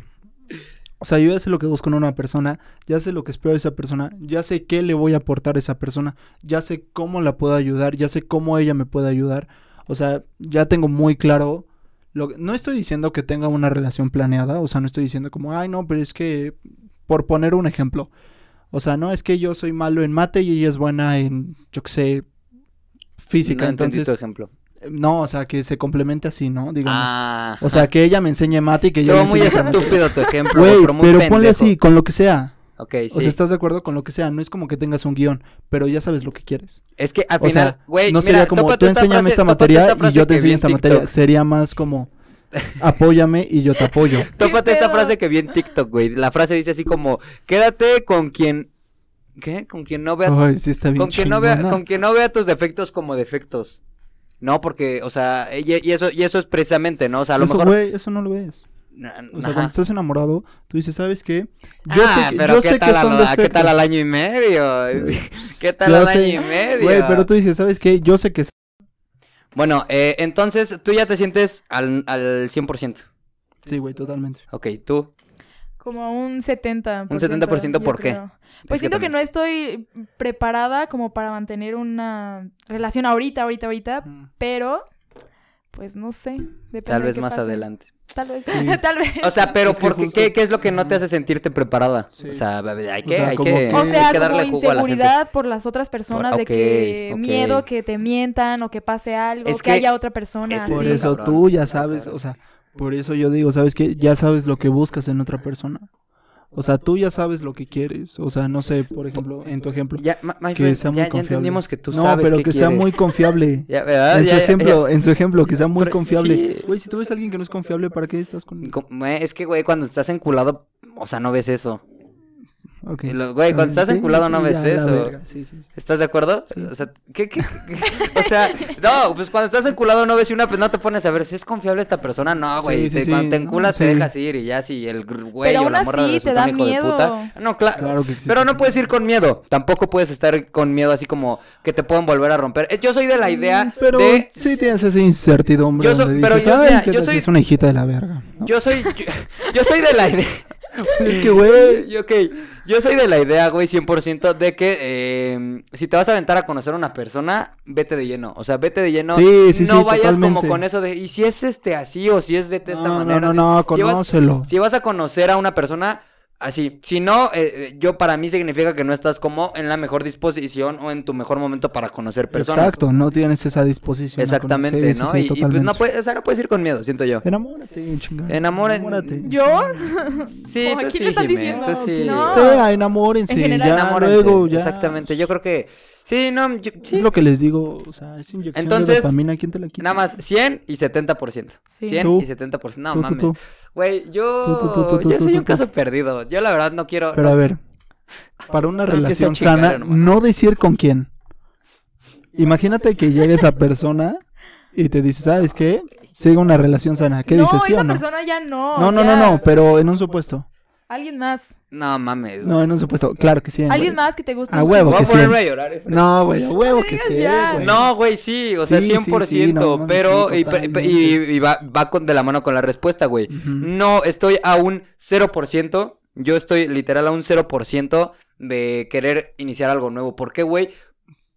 O sea, yo ya sé lo que busco en una persona, ya sé lo que espero de esa persona, ya sé qué le voy a aportar a esa persona, ya sé cómo la puedo ayudar, ya sé cómo ella me puede ayudar. O sea, ya tengo muy claro. Lo... que- No estoy diciendo que tenga una relación planeada, o sea, no estoy diciendo como, ay, no, pero es que, por poner un ejemplo, o sea, no es que yo soy malo en mate y ella es buena en, yo qué sé, física.
no entendí
entonces,
tu ejemplo.
no, o sea, que se complemente así, ¿no? Digamos.
Ah.
O sea, que ella me enseñe mate y que yo... le
Estuvo
<laughs>
muy
enseñe mate.
estúpido tu ejemplo,
Güey,
pero
pero,
muy pendejo.
ponle así, con lo que sea.
Ok,
O
sí.
sea, estás de acuerdo con lo que sea. No es como que tengas un guión, pero ya sabes lo que quieres.
Es que al
O sea,
final, güey,
no
mira,
sería como
tópate
tú
esta
enséñame
frase-
esta
tópate
materia
esta frase
y yo
que
te
vi
enseño
en
esta
TikTok.
materia. Sería
<laughs>
más como apóyame y yo te apoyo.
Tópate
¿Qué
esta
pedo?
frase que vi en TikTok, güey. La frase dice así como, quédate con quien... ¿Qué? Con quien no vea...
Ay, sí está bien
con, quien no vea
chingona.
con quien no vea tus defectos como defectos. No, porque, o sea, y, y eso, y eso es precisamente, ¿no? O sea, a lo
eso,
mejor...
güey, eso no lo ves.
Na-
O sea,
ajá.
cuando estás enamorado, tú dices, ¿sabes qué?
ah,
que-
pero
yo
¿qué,
sé que
tal
son
al, ¿qué
defectos.
tal al año y
<laughs>
medio? ¿Qué tal
Yo
al año
sé-
y medio?
Güey, pero tú dices, ¿sabes qué? Yo sé que...
Bueno, eh, entonces tú ya te sientes al, al 100%.
Sí, güey, totalmente.
Ok, tú.
Como un 70%.
Un 70%,
yo
¿por qué?
creo. Pues
Es
siento que,
también-
no estoy preparada como para mantener una relación ahorita, ahorita, ahorita, pero pues no sé. depende
Tal
de
vez
qué
más
pase.
adelante.
Tal vez,
Sí.
<laughs> tal vez.
O sea, pero
Es que
¿por qué-
justo-
qué, qué es lo que no te hace sentirte preparada?
Sí.
O sea, hay
O
que,
sea,
hay
como
que,
que-
O
Eh, hay
sea,
que darle
como
jugo a la gente.
inseguridad por las otras personas
Por-
de que
ok, ok.
miedo que te mientan o que pase algo,
Es que-
que, haya otra persona.
es-
así.
Por
Sí,
eso
cabrón.
tú ya
No,
sabes,
claro.
o sea, por eso yo digo, ¿sabes qué? Ya sabes lo que buscas en otra persona. O sea, tú ya sabes lo que quieres. O sea, no sé, por ejemplo, en tu ejemplo,
Ya, ma- my
que
friend,
sea muy
ya, ya
confiable.
entendimos que tú
no,
sabes
pero
qué
que sea
quieres.
muy confiable.
Ya, ¿verdad? <laughs>
en
Ya,
su
ya,
ejemplo, en su ejemplo, que sea muy
Pero- sí.
confiable. Güey, si tú ves a alguien que no es confiable, ¿para qué estás con
ya.
él?
Como- eh, Es que, güey, cuando estás enculado, o sea, no ves eso.
Ok.
Y lo- güey,
Está bien.
cuando estás enculado no ves
ya, la
eso.
verga, Sí, sí, sí.
¿Estás de acuerdo? O sea, ¿qué, qué- qué- o sea, no, pues cuando estás enculado no ves y una, pues no te pones a ver si es confiable esta persona, no, güey.
Sí, sí,
te-
sí,
cuando te
no,
enculas te
sí.
dejas ir y ya si el gr- güey
Pero
o
aún
la morra
así, te
resulta
da
un hijo de
miedo.
puta. No, claro.
Claro que existe.
Pero no puedes ir con miedo. Tampoco puedes estar con miedo así como que te puedan volver a romper. Eh, Yo soy de la idea
Mm, Pero
de
sí tienes esa incertidumbre.
Yo so-
donde
pero
dices,
yo-
"Ay,
mira,
¿qué
yo
tal si
soy-
Es una hijita de la verga. ¿no?
yo soy yo, yo soy de la idea.
<laughs> Es que, güey.
Y, ok, yo soy de la idea, güey, 100% de que eh, si te vas a aventar a conocer a una persona, vete de lleno. O sea, vete de lleno.
Sí, sí,
no
sí,
vayas como
totalmente.
con eso de, y si es este así o si es de esta
No,
manera.
no,
si-
no, no,
si vas-
conócelo.
si vas a conocer a una persona así, si no, eh, eh, yo para mí significa que no estás como en la mejor disposición o en tu mejor momento para conocer personas.
Exacto, no tienes esa disposición. a
Exactamente,
conocer, sí,
¿no?
sí,
y, y, pues no
totalmente.
puedes, o sea, no puedes ir con miedo, siento yo.
Enamórate, chingada.
Enamora-
Enamórate.
¿Yo?
Sí,
Oh,
tú
¿a quién
sí,
le están
Jimé,
diciendo?
tú sí.
No.
Sea, enamórense.
En general,
ya,
Enamórense,
luego, ya.
Exactamente, yo creo que sí, no, yo- sí,
Es lo que les digo, o sea, es inyección
Entonces,
de dopamina, ¿quién te la quita?
Nada más, 100 y 70%.
Sí.
100
Tú.
y 70%. No
Tú, tú,
mames.
tú.
Güey, yo.
Tú, tú, tú, tú,
yo
tú,
soy
tú,
un
tú.
caso perdido. Yo la verdad no quiero.
Pero a ver, para una
No empieces a
relación
chingar,
sana,
hermano.
no decir con quién. Imagínate que llegue esa persona y te dice, ¿sabes qué? Sigue una relación sana. <laughs> ¿Qué
no,
dices, sí
esa
o no?
persona ya no.
No, no, no,
ya.
no, pero en un supuesto.
Alguien más.
No mames.
No, en un supuesto. Claro que sí.
Alguien
güey.
más que te guste.
A
mucho.
huevo.
Voy a
que
ponerme
cien.
a llorar. eh.
No, güey, a huevo que
digas
sí,
ya.
güey.
No, güey, sí, o sea,
Sí, sí,
100%,
sí, no mames,
pero
sí,
y, pe- pe-
totalmente.
y- y va, va con de la mano con la respuesta, güey.
Ujú.
No, estoy a un 0%, yo estoy literal a un 0% de querer iniciar algo nuevo. ¿Por qué, güey?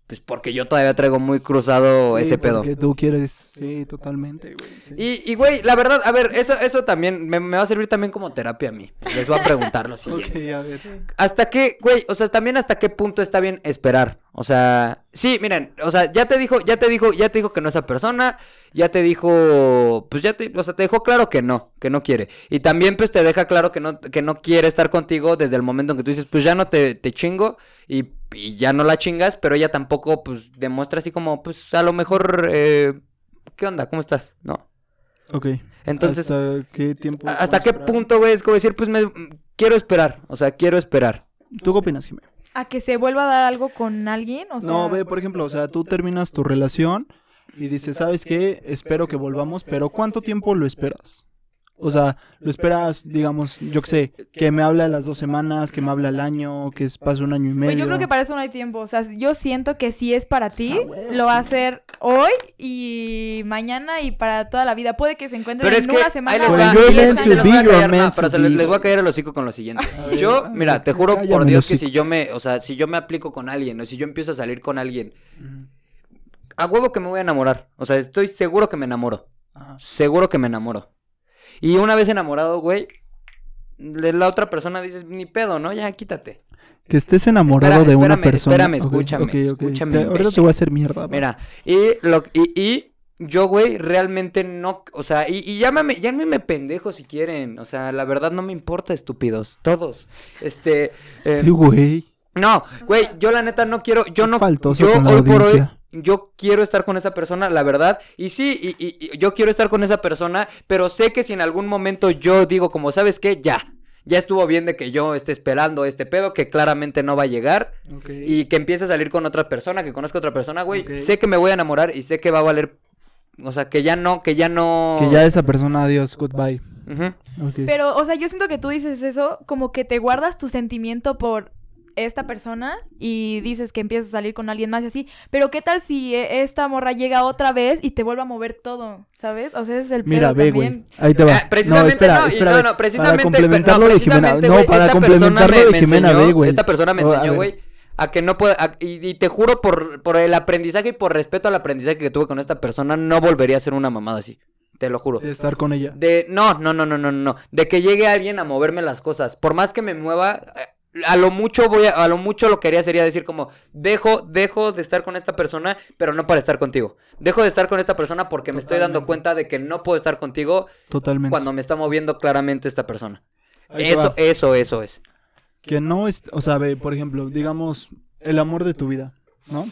Pues porque yo todavía traigo muy cruzado
Sí,
ese pedo.
porque tú quieres, sí, totalmente, güey. sí.
Y, y, güey, la verdad, a ver, eso, eso también me, me va a servir también como terapia a mí. Les voy a preguntar lo siguiente.
<laughs> Ok, a ver.
¿Hasta qué, güey? O sea, también hasta qué punto está bien esperar. O sea, sí, miren, o sea, ya te dijo, ya te dijo, ya te dijo que no esa persona, ya te dijo, pues ya te, o sea, te dejó claro que no, que no quiere. Y también pues te deja claro que no, que no quiere estar contigo desde el momento en que tú dices, pues ya no te, te chingo y, y ya no la chingas, pero ella tampoco pues demuestra así como, pues a lo mejor, eh, ¿qué onda? ¿Cómo estás? No.
Ok.
Entonces,
¿Hasta qué tiempo?
¿a- ¿hasta qué
esperar?
punto, güey? Es como decir, pues me, quiero esperar, o sea, quiero esperar.
¿Tú qué opinas, Jimé?
A que se vuelva a dar algo con alguien, o sea...
No, ve, por ejemplo, o sea, tú terminas tu relación y dices, ¿sabes qué? Espero que volvamos, pero ¿cuánto tiempo lo esperas? O sea, lo esperas, digamos, yo qué sé, que me hable a las dos semanas, que me hable al año, que es- pase un año y medio.
Pues yo creo que para eso no hay tiempo. O sea, yo siento que si es para ti,
Ah, güey,
lo va a hacer hoy y mañana y para toda la vida. Puede que se encuentren
Pero
en
es que
una
ahí
semana.
les
o
va.
en
When you're
y les-
diez
meant
se
to
años.
los voy a
be, you're
caer, no,
meant
pero
to
se les,
be.
les voy a caer el hocico con lo siguiente.
ver,
Yo,
ah,
mira, te juro
cállame
por
el
Dios que
hocico.
si yo me, o sea, si yo me aplico con alguien o si yo empiezo a salir con alguien, a huevo que me voy a enamorar. O sea, estoy seguro que me enamoro.
Ajá.
Seguro que me enamoro. Y una vez enamorado, güey, de la otra persona dices, ni pedo, ¿no? Ya quítate.
Que estés enamorado
Espera-
de una
espérame,
persona.
espérame,
Ok,
escúchame,
ok, ok.
escúchame,
Te- ahorita te
imbécil.
voy a hacer mierda. va.
Mira, y lo y, y yo, güey, realmente no, o sea, y, y llámame, llámame pendejo si quieren. O sea, la verdad no me importa, estúpidos, todos. Este, eh,
Sí, güey.
no, güey, yo la neta no quiero, yo
Qué
no,
faltoso
yo
con la
hoy por hoy,
audiencia.
yo quiero estar con esa persona, la verdad, y sí, y, y- y yo quiero estar con esa persona, pero sé que si en algún momento yo digo, como, ¿sabes qué? Ya, ya estuvo bien de que yo esté esperando este pedo, que claramente no va a llegar, y que empiece a salir con otra persona, que conozca a otra persona, güey,
Ok.
sé que me voy a enamorar y sé que va a valer, o sea, que ya no, que ya no...
Que ya esa persona, adiós, goodbye.
Ujú.
Ok.
Pero, o sea, yo siento que tú dices eso como que te guardas tu sentimiento por esta persona y dices que empiezas a salir con alguien más y así. Pero, ¿qué tal si eh, esta morra llega otra vez y te vuelve a mover todo? ¿sabes? O sea, ese es el
Mira,
pedo
ve,
también.
güey. Ahí te va.
Ah, precisamente,
no, espera,
no, y
espera.
no,
ve.
no, precisamente,
para
pero-
complementarlo
no,
de Jimena.
precisamente,
No,
güey,
para
esta persona
complementarlo
me-
de
me
Jimena,
enseñó-
ve, güey.
Esta persona me
Oh, a
enseñó,
ver.
güey, a que no pueda, a- y, y te juro por, por el aprendizaje y por respeto al aprendizaje que tuve con esta persona, no volvería a ser una mamada así, te lo juro.
De estar con ella.
De, no, no, no, no, no, no, de que llegue alguien a moverme las cosas, por más que me mueva... eh, A lo mucho voy a, a lo mucho lo que haría sería decir como dejo dejo de estar con esta persona, pero no para estar contigo. Dejo de estar con esta persona porque me estoy dando
Totalmente.
cuenta de que no puedo estar contigo
Totalmente.
cuando me está moviendo claramente esta persona.
Ahí te
Eso,
va.
eso, eso es.
Que no es. O sea, ve, por ejemplo, digamos, el amor de tu vida, ¿no?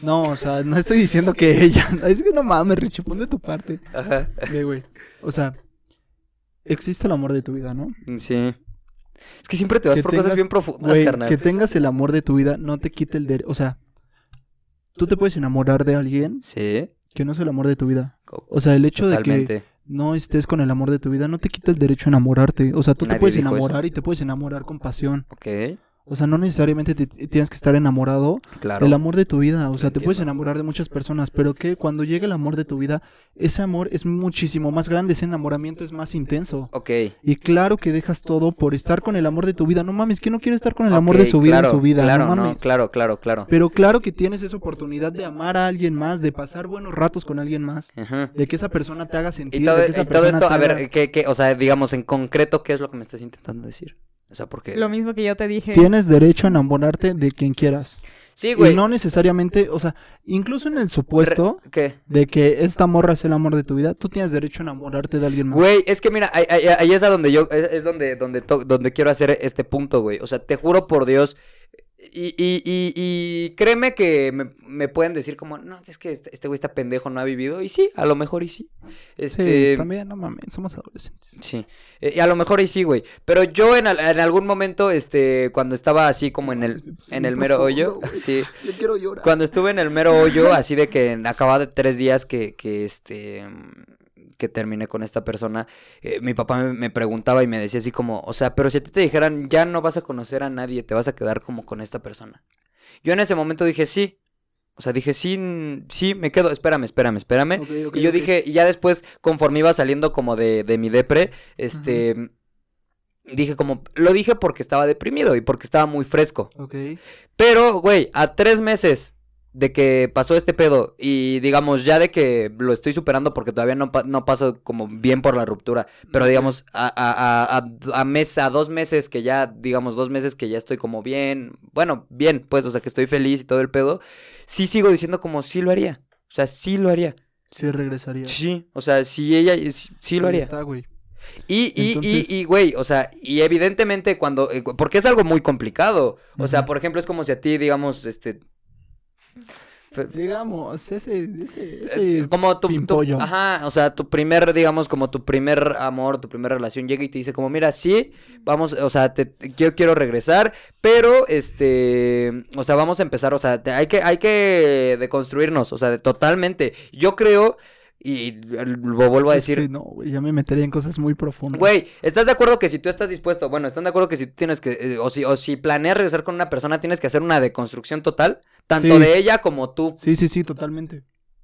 No, o sea, no estoy diciendo que ella. <laughs> Es que no mames, Richie, pon de tu parte.
Ajá.
Ve, güey. O sea, existe el amor de tu vida, ¿no?
Sí. Es que siempre te vas
Que
por
tengas-
cosas bien profundas,
Güey,
carnal.
que tengas el amor de tu vida no te quite el derecho. O sea, tú te puedes enamorar de alguien
Sí.
que no es el amor de tu vida.
co-
O sea, el hecho de que
Totalmente.
no estés con el amor de tu vida no te quita el derecho a enamorarte. O sea, tú
Nadie
te puedes
dijo eso.
enamorar y te puedes enamorar con pasión.
Ok.
O sea, no necesariamente te- tienes que estar enamorado
Claro.
del amor de tu vida. O sea, te puedes
entiendo.
enamorar de muchas personas, pero que cuando llegue el amor de tu vida, ese amor es muchísimo más grande, ese enamoramiento es más intenso.
Ok.
Y claro que dejas todo por estar con el amor de tu vida. No mames, que no quiere estar con el amor de
Ok,
su vida
claro,
en su vida.
Claro,
no mames.
claro, claro, claro.
Pero claro que tienes esa oportunidad de amar a alguien más, de pasar buenos ratos con alguien más,
Ajá.
de que esa persona te haga sentir.
Y todo, e,
de que esa
y todo
persona
esto,
te
a
haga-
ver, eh, ¿qué, qué, o sea, digamos en concreto, ¿qué es lo que me estás intentando decir? O sea, porque...
Lo mismo que yo te dije.
Tienes derecho a enamorarte de quien quieras.
Sí,
Y
güey.
no necesariamente, o sea, incluso en el supuesto
¿Qué?
de que esta morra es el amor de tu vida, tú tienes derecho a enamorarte de alguien más.
Güey, es que mira, ahí, ahí- ahí es a donde yo, es, es donde, donde, to- donde quiero hacer este punto, güey. O sea, te juro por Dios. Y, y, y, y créeme que me, me pueden decir como, no, es que este, este güey está pendejo, no ha vivido. Y sí, a lo mejor y sí.
Sí,
Este,
también, no mames, somos adolescentes.
Sí, Eh, y a lo mejor y sí, güey. Pero yo en, al- en algún momento, este, cuando estaba así como en el,
Sí,
en el
por
mero
favor,
hoyo,
pues, güey.
<laughs> sí.
Yo quiero llorar.
Cuando estuve en el mero
<laughs>
hoyo, así de que en- acababa de tres días que, que este que terminé con esta persona, eh, mi papá me, me preguntaba y me decía así como, o sea, pero si a ti te dijeran, ya no vas a conocer a nadie, te vas a quedar como con esta persona. Yo en ese momento dije, sí. O sea, dije, sí, mm, sí, me quedo, espérame, espérame, espérame.
Ok, ok,
y yo
ok.
dije, y ya después, conforme iba saliendo como de, de mi depre, este, dije como, lo dije porque estaba deprimido y porque estaba muy fresco.
Ok.
Pero, güey, a tres meses de que pasó este pedo y digamos ya de que lo estoy superando porque todavía no, pa- no paso como bien por la ruptura, pero digamos a, a, a- a- a mes, a dos meses que ya, digamos dos meses que ya estoy como bien, bueno, bien, pues, o sea, que estoy feliz y todo el pedo, sí sigo diciendo como sí lo haría, o sea, sí lo haría.
Sí, regresaría.
Sí, o sea, sí ella, sí, sí lo
Ahí
haría.
está, güey.
Y, y,
Entonces-
y, y, güey, o sea, y evidentemente cuando, eh, porque es algo muy complicado, o sea,
Ujú.
por ejemplo, es como si a ti, digamos, este... fe-
Digamos, ese, ese,
eh,
ese
como tu, tu-
pimpollo.
ajá, o sea, tu primer, digamos, como tu primer amor, tu primera relación llega y te dice como, mira, sí, vamos, o sea, te, te- yo quiero regresar, pero, este, o sea, vamos a empezar, o sea, te- hay que, hay que deconstruirnos, o sea, de- totalmente. Yo creo, y eh, lo vuelvo a
Es
decir,
que no, güey, ya me metería en cosas muy profundas.
Güey, ¿estás de acuerdo que si tú estás dispuesto, bueno, están de acuerdo que si tú tienes que, eh, o, si, o si planeas regresar con una persona, tienes que hacer una deconstrucción total, tanto
Sí.
de ella como tú,
Sí, sí, sí, totalmente.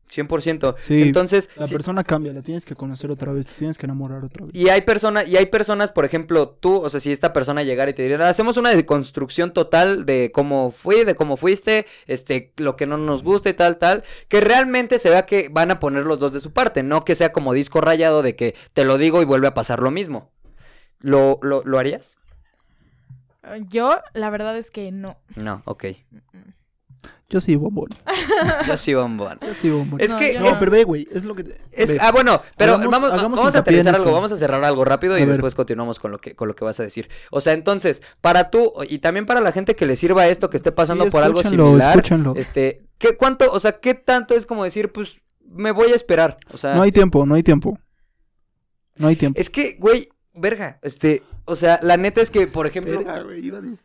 100%.
Sí.
Entonces,
La
si-
persona cambia, la tienes que conocer otra vez, te tienes que enamorar otra vez.
y hay personas, y hay personas, por ejemplo, tú, o sea, si esta persona llegara y te dijera, hacemos una deconstrucción total de cómo fui, de cómo fuiste, este, lo que no nos gusta y tal, tal, que realmente se vea que van a poner los dos de su parte, no que sea como disco rayado de que te lo digo y vuelve a pasar lo mismo. ¿Lo, lo, lo harías?
Eh, Yo, la verdad es que no.
No, ok.
Yo sí, bombón.
Yo sí, bombón.
Yo sí, bombón.
Es
No,
que.
yo
No,
es,
pero ve, güey, es lo que... te-
es-
ve.
ah, bueno, pero
Hagamos-
vamos,
hagamos
vamos a
hincapié en
aterrizar
esto.
algo, vamos a cerrar algo rápido y
A ver.
después continuamos con lo que con lo que vas a decir. O sea, entonces, para tú y también para la gente que le sirva esto, que esté pasando
Sí,
por algo
escúchenlo,
similar,
escúchenlo.
este, ¿qué cuánto, o sea, qué tanto es como decir, pues me voy a esperar? O sea,
No hay tiempo, no hay tiempo. No hay tiempo.
es que, güey, verga, este, o sea, la neta es que, por ejemplo,
Verga, güey, iba a decir-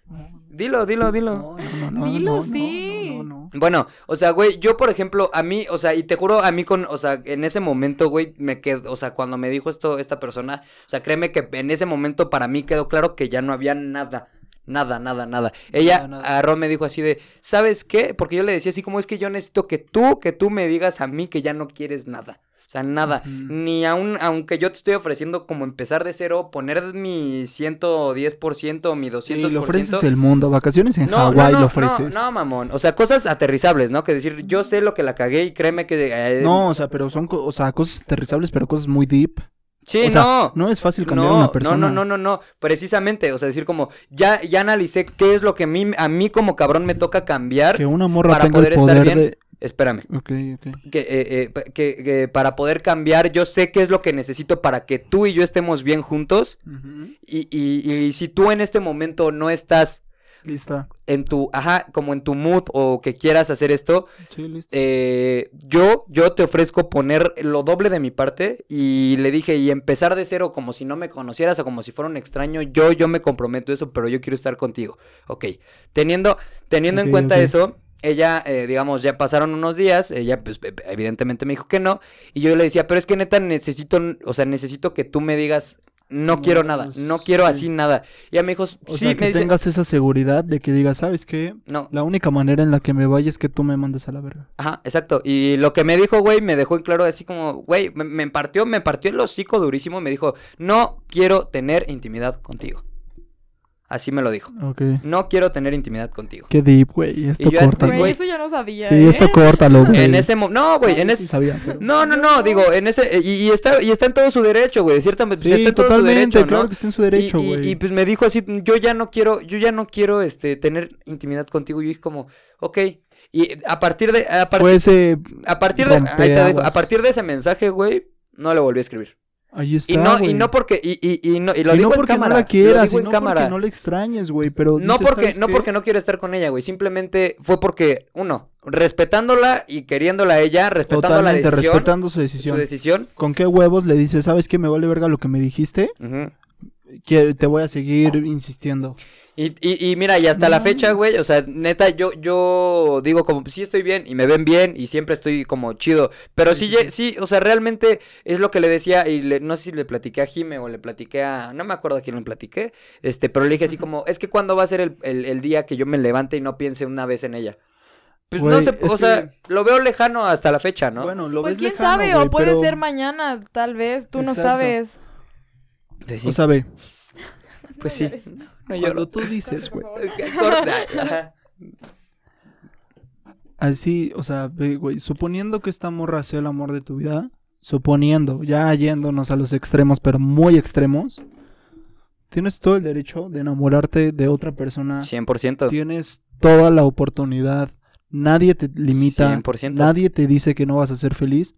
dilo, dilo, dilo.
No, no, no, no,
Dilo,
no, no,
sí.
no, no, no.
Bueno, o sea, güey, yo por ejemplo, a mí, o sea, y te juro, a mí con, o sea, en ese momento, güey, me quedo, o sea, cuando me dijo esto esta persona, o sea, créeme que en ese momento para mí quedó claro que ya no había nada. Nada, nada, nada. Ella
Nada, nada.
agarró, me dijo así de, ¿sabes qué? Porque yo le decía así como es que yo necesito que tú, que tú me digas a mí que ya no quieres nada. O sea, nada.
Ujú.
Ni aún, aunque yo te estoy ofreciendo como empezar de cero, poner mi 110%, mi 200%.
Sí, le ofreces el mundo, vacaciones en
No, no,
Hawái
no,
le ofreces.
No, no, mamón. O sea, cosas aterrizables, ¿no? Que decir, yo sé lo que la cagué y créeme que. eh,
No, o sea, pero son co- o sea, cosas aterrizables, pero cosas muy deep.
Sí,
o sea,
no.
No es fácil cambiar
no,
a una persona.
No, no, no, no, no, precisamente, o sea, decir como, ya, ya analicé qué es lo que a mí, a mí como cabrón me toca cambiar,
Que una morra
Para
tenga
poder
el
estar
poder
bien.
de...
espérame,
Ok, ok.
que, eh, eh, pa- que- que para poder cambiar yo sé qué es lo que necesito para que tú y yo estemos bien juntos y, y, y si tú en este momento no estás
Lista.
en tu, ajá, como en tu mood o que quieras hacer esto,
Sí, lista.
eh, yo, yo te ofrezco poner lo doble de mi parte y le dije, y empezar de cero como si no me conocieras o como si fuera un extraño, yo, yo me comprometo a eso, pero yo quiero estar contigo. Ok, teniendo, teniendo en
Ok,
cuenta
ok.
eso, ella, eh, digamos, ya pasaron unos días, ella pues e- evidentemente me dijo que no, y yo le decía, pero es que neta necesito, o sea, necesito que tú me digas, no,
No,
quiero nada,
pues,
no quiero
sí.
así nada. Y ella me dijo, Eh, sí,
O sea, que
me dice,
tengas esa seguridad de que digas, ¿sabes qué?
no,
La única manera en la que me vaya es que tú me mandes a la verga.
Ajá, exacto. Y lo que me dijo, güey, me dejó en claro así como, güey, me, me partió, me partió el hocico durísimo y me dijo, no quiero tener intimidad contigo. Así me lo dijo.
Ok.
No quiero tener intimidad contigo.
Qué deep, güey. Esto
yo-
corta.
Güey, güey.
Güey, eso yo no sabía.
Sí,
¿eh?
esto córtalo, güey.
En ese momento, no, güey, en
Sí
ese...
sabía, pero-
No, no, no, digo, en ese... eh, Y, y está, y está en todo su derecho, güey, ciertamente.
Sí,
pues está en todo su
totalmente,
derecho,
claro
¿no?
que está en su derecho,
y, y-
güey.
y, pues me dijo así, yo ya no quiero, yo ya no quiero, este, tener intimidad contigo. Y yo dije como, ok. Y a partir de... A partir
Fue ese...
A partir de, ahí te dejo,
Rompeaguas.
a partir de ese mensaje, güey, no le volví a escribir.
Ahí está,
Y no, y
güey.
no porque, y, y, y no, y lo
Y
digo
no
en
porque
cámara.
no la quieras,
lo digo
y
en
no
cámara.
porque no le extrañes, güey, pero
No
dices,
porque,
"¿Sabes
no
qué?
porque no quiero estar con ella, güey. Simplemente fue porque, uno, respetándola y queriéndola a ella, respetando
Totalmente,
la decisión,
respetando su
su
decisión.
decisión.
¿Con qué huevos le dices, sabes qué, me vale verga lo que me dijiste?
Ujú.
que te voy a seguir insistiendo.
Y, y, y mira, y hasta la
No.
fecha, güey, o sea, neta, yo, yo digo como, pues, sí estoy bien y me ven bien y siempre estoy como chido, pero sí, lle- sí, o sea, realmente es lo que le decía y le- no sé si le platiqué a Jime o le platiqué a, no me acuerdo a quién le platiqué, este, pero le dije así como, es que cuando va a ser el, el, el día que yo me levante y no piense una vez en ella. Pues no
Güey,
sé,
es
o sea, lo veo lejano hasta la fecha, ¿no?
Bueno, lo
Pues
ves
quién
lejano,
sabe,
güey,
o puede
pero-
ser mañana, tal vez, tú no
Exacto.
sabes.
Pues sí.
O sea, ve,
Pues sí.
llores.
No
Cuando
lloro.
tú dices,
Por
güey.
favor.
<laughs>
<laughs>
Corta. Ajá.
Ah. Así, o sea, ve, güey, suponiendo que esta morra sea el amor de tu vida, suponiendo, ya yéndonos a los extremos, pero muy extremos, tienes todo el derecho de enamorarte de otra persona.
100%.
Tienes toda la oportunidad. Nadie te limita.
100%.
Nadie te dice que no vas a ser feliz.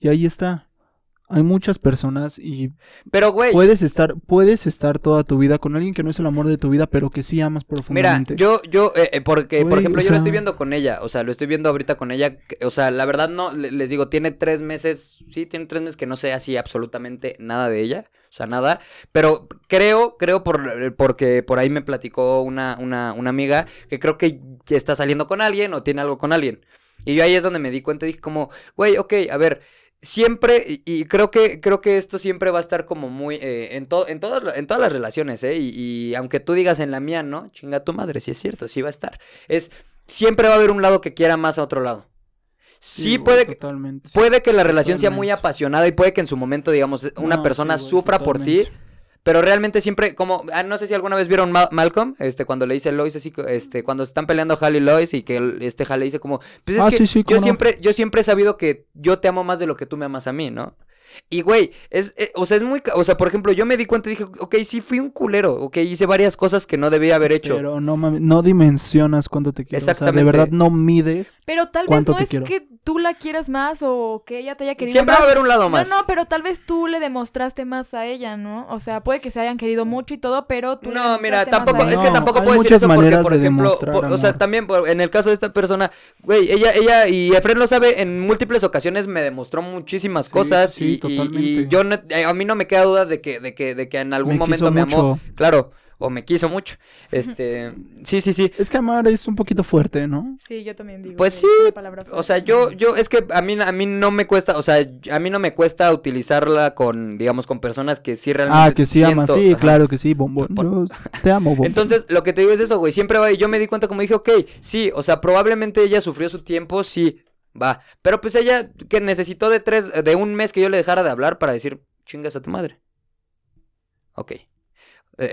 Y ahí está. Hay muchas personas y
Pero, güey,
puedes estar, puedes estar toda tu vida con alguien que no es el amor de tu vida, pero que sí amas
Mira,
profundamente.
yo, yo, eh, eh, porque, por
Güey,
ejemplo,
o
yo lo
sea-
estoy viendo con ella, o sea, lo estoy viendo ahorita con ella, que- o sea, la verdad no, le- les digo, tiene tres meses, sí, tiene tres meses que no sé así absolutamente nada de ella, o sea, nada, pero creo, creo por, eh, porque por ahí me platicó una, una, una amiga que creo que ya está saliendo con alguien o tiene algo con alguien. Y yo ahí es donde me di cuenta y dije como, güey, ok, a ver, siempre, y, y creo que, creo que esto siempre va a estar como muy, eh, en, to- en, todas, la- en todas las relaciones, ¿eh? Y, y aunque tú digas en la mía, ¿no? Chinga tu madre, sí es cierto, sí va a estar. Es, siempre va a haber un lado que quiera más a otro lado. Sí,
güey,
puede, que-
totalmente.
puede que la relación sea muy
Totalmente.
apasionada y puede que en su momento, digamos, una
No,
persona
sí, güey,
sufra por ti.
totalmente.
Pero realmente siempre, como, ah, no sé si alguna vez vieron Ma- Malcolm, este, cuando le dice Lois así, co- este, cuando se están peleando Hal y Lois y que el- este Hal le dice como, pues es
Ah,
que
sí, sí,
yo
cómo no.
siempre, yo siempre he sabido que yo te amo más de lo que tú me amas a mí, ¿no? Y güey, es, eh, o sea, es muy, ca- o sea, por ejemplo, yo me di cuenta y dije, ok, sí fui un culero, ok, hice varias cosas que no debía haber hecho.
Pero no mames, no dimensionas cuánto te quiero.
Exactamente.
O sea, de verdad no mides.
Pero tal vez
¿Cuánto
no
te
es
quiero?
que tú la quieras más o que ella te haya querido
siempre va a
más.
haber un lado más.
No, no, pero tal vez tú le demostraste más a ella, ¿no? O sea, puede que se hayan querido mucho y todo, pero tú le
No, mira,
demostraste más
tampoco,
a
es
ella.
que
No,
tampoco
hay
puedo decir
muchas
eso porque,
maneras
por
de
ejemplo,
demostrar
por- o sea,
amor.
también por- en el caso de esta persona, güey, ella, ella y Efren lo sabe, en múltiples ocasiones me demostró muchísimas
Sí,
cosas
sí,
y- y,
totalmente.
y yo, no- eh, a mí no me queda duda de que, de que, de que en algún
Me
momento
quiso
me amó,
mucho.
claro, o me quiso
<laughs>
mucho, este, sí, sí, sí.
Es que amar es un poquito fuerte, ¿no?
Sí, yo también digo.
Pues
que
sí,
es una palabra
O
fuerte.
sea, yo, yo, es que a mí, a mí no me cuesta, o sea, a mí no me cuesta utilizarla con, digamos, con personas que sí realmente
Ah, que sí amas,
siento,
sí,
ajá.
claro que sí, bombón. Yo te amo, bombón.
Entonces, lo que te digo es eso, güey. Siempre va. Y yo me di cuenta como dije, ok, sí, o sea, probablemente ella sufrió su tiempo, sí, va. Pero pues ella que necesitó de tres, de un mes que yo le dejara de hablar para decir, chingas a tu madre. Ok. Eh,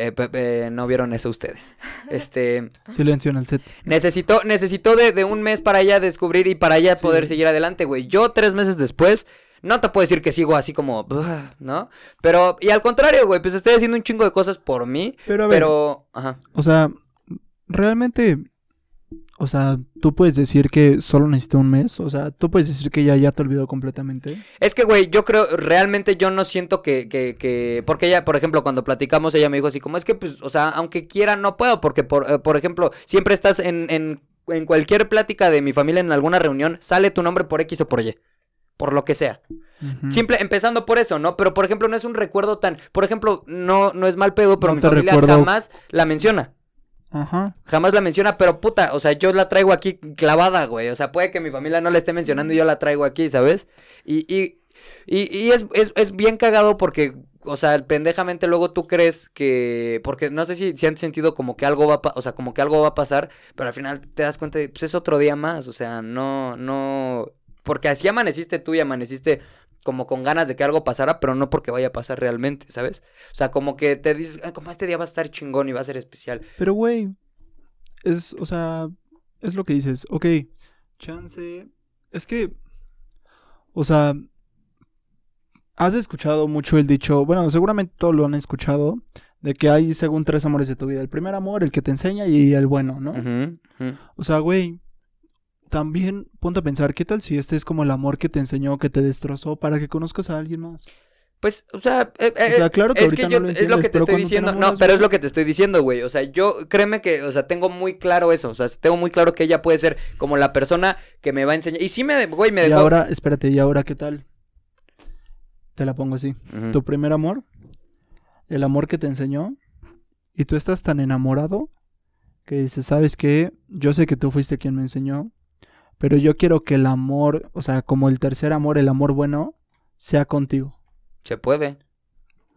eh, pe- pe- no vieron eso ustedes. Este.
Silencio en el set.
Necesitó, necesitó de, de un mes para ella descubrir y para ella
Sí.
poder seguir adelante, güey. Yo tres meses después, no te puedo decir que sigo así como, "Buah", ¿no? Pero, y al contrario, güey, pues estoy haciendo un chingo de cosas por mí,
Pero a ver,
pero, ajá.
o sea, realmente, o sea, tú puedes decir que solo necesito un mes. O sea, tú puedes decir que ella ya te olvidó completamente.
Es que, güey, yo creo, realmente yo no siento que, que, que, porque ella, por ejemplo, cuando platicamos, ella me dijo así como, es que, pues, o sea, aunque quiera, no puedo, porque, por, eh, por ejemplo, siempre estás en, en, en cualquier plática de mi familia, en alguna reunión, sale tu nombre por X o por Y, por lo que sea.
Ujú.
Simple, empezando por eso, ¿no? Pero, por ejemplo, no es un recuerdo tan, por ejemplo, no, no es mal pedo, pero
No
mi
te
familia
recuerdo-
jamás la menciona.
Ajá.
Jamás la menciona, pero puta, o sea, yo la traigo aquí clavada, güey. O sea, puede que mi familia no la esté mencionando y yo la traigo aquí, ¿sabes? Y, y, y, y es, es, es bien cagado porque, o sea, pendejamente luego tú crees que. Porque no sé si, si han sentido como que algo va a pa- o sea, como que algo va a pasar, pero al final te das cuenta de, pues es otro día más. O sea, no, no. Porque así amaneciste tú y amaneciste como con ganas de que algo pasara, pero no porque vaya a pasar realmente, ¿sabes? O sea, como que te dices, "Ah, como este día va a estar chingón y va a ser especial.
Pero, güey, es, o sea, es lo que dices. Ok, chance. Es que, o sea, has escuchado mucho el dicho, bueno, seguramente todos lo han escuchado, de que hay según tres amores de tu vida. El primer amor, el que te enseña y el bueno, ¿no?
Ujú, ujú.
O sea, güey, también ponte a pensar, ¿qué tal si este es como el amor que te enseñó, que te destrozó para que conozcas a alguien más?
Pues, o sea, eh, eh,
O sea, claro que
es que
ahorita
yo,
no lo
es lo que te
entiendes,
estoy
pero cuando te
diciendo, no,
enamoras,
pero es
güey.
lo que te estoy diciendo, güey, o sea, yo, créeme que, o sea, tengo muy claro eso, o sea, tengo muy claro que ella puede ser como la persona que me va a enseñar, y sí me, de- güey, me
Y
dejó...
ahora, espérate, ¿y ahora qué tal? Te la pongo así.
Ujú.
Tu primer amor, el amor que te enseñó, y tú estás tan enamorado que dices, ¿sabes qué? Yo sé que tú fuiste quien me enseñó, pero yo quiero que el amor, o sea, como el tercer amor, el amor bueno, sea contigo.
Se puede,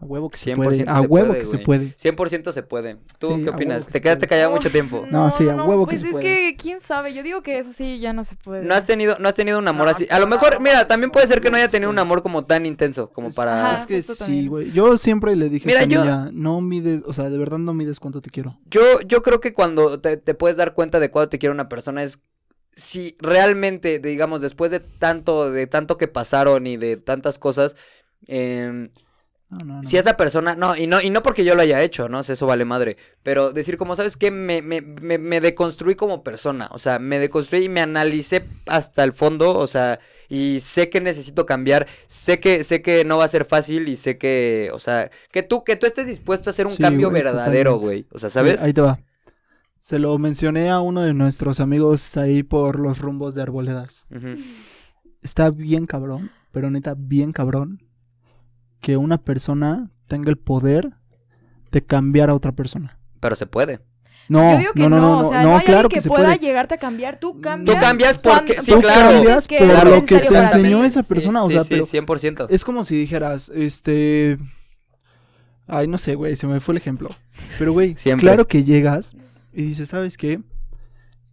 A huevo que se
100%
puede. A
se
huevo
puede,
que se
güey.
puede.
100% se puede. ¿Tú
Sí,
qué
a
opinas?
huevo que
Te
se
quedaste
puede.
callado mucho tiempo.
Uf,
No.
No, sí, a huevo que
pues
se
es
puede.
que quién sabe, yo digo que eso sí ya no se puede.
has tenido, no has tenido un amor
No,
así. A lo mejor,
claro,
mira, también puede ser que no haya
sí.
tenido un amor como tan intenso como para.
Pues, Ajá.
es que
justo
sí,
también.
güey. Yo siempre le dije
Mira,
a esta
yo-
niña, no mides, o sea, de verdad no mides cuánto te quiero.
Yo, yo creo que cuando te, te puedes dar cuenta de cuándo te quiere una persona es si realmente, digamos, después de tanto, de tanto que pasaron y de tantas cosas, em,
No, no, no.
si esa persona, no, y no, y no porque yo lo haya hecho, ¿no? O sea, Eso vale madre. Pero decir como, ¿sabes qué? Me, me, me, me deconstruí como persona. O sea, me deconstruí y me analicé hasta el fondo. O sea, y sé que necesito cambiar. Sé que, sé que no va a ser fácil y sé que, o sea, que tú, que tú estés dispuesto a hacer un
Sí,
cambio
güey,
verdadero,
totalmente.
güey. O sea, ¿sabes?
Ahí te va. Se lo mencioné a uno de nuestros amigos ahí por los rumbos de Arboledas.
Ujú.
Está bien cabrón, pero neta bien cabrón que una persona tenga el poder de cambiar a otra persona.
Pero se puede.
No,
yo digo que
no,
no,
no, no,
o sea,
no,
no, hay
claro
alguien
que,
que,
se
pueda
puede.
llegarte a cambiar, tú
Tú
cambias.
Tú cambias porque.
cuando-
Sí,
Tú
claro.
cambias
que
por
es
lo que te
necesario para
enseñó
ti.
esa
Sí,
persona, o
sí,
sea,
sí,
pero
100%.
Es como si dijeras, este. Ay, no sé, güey, se me fue el ejemplo. Pero, güey,
Siempre.
claro que llegas y dices, ¿sabes qué?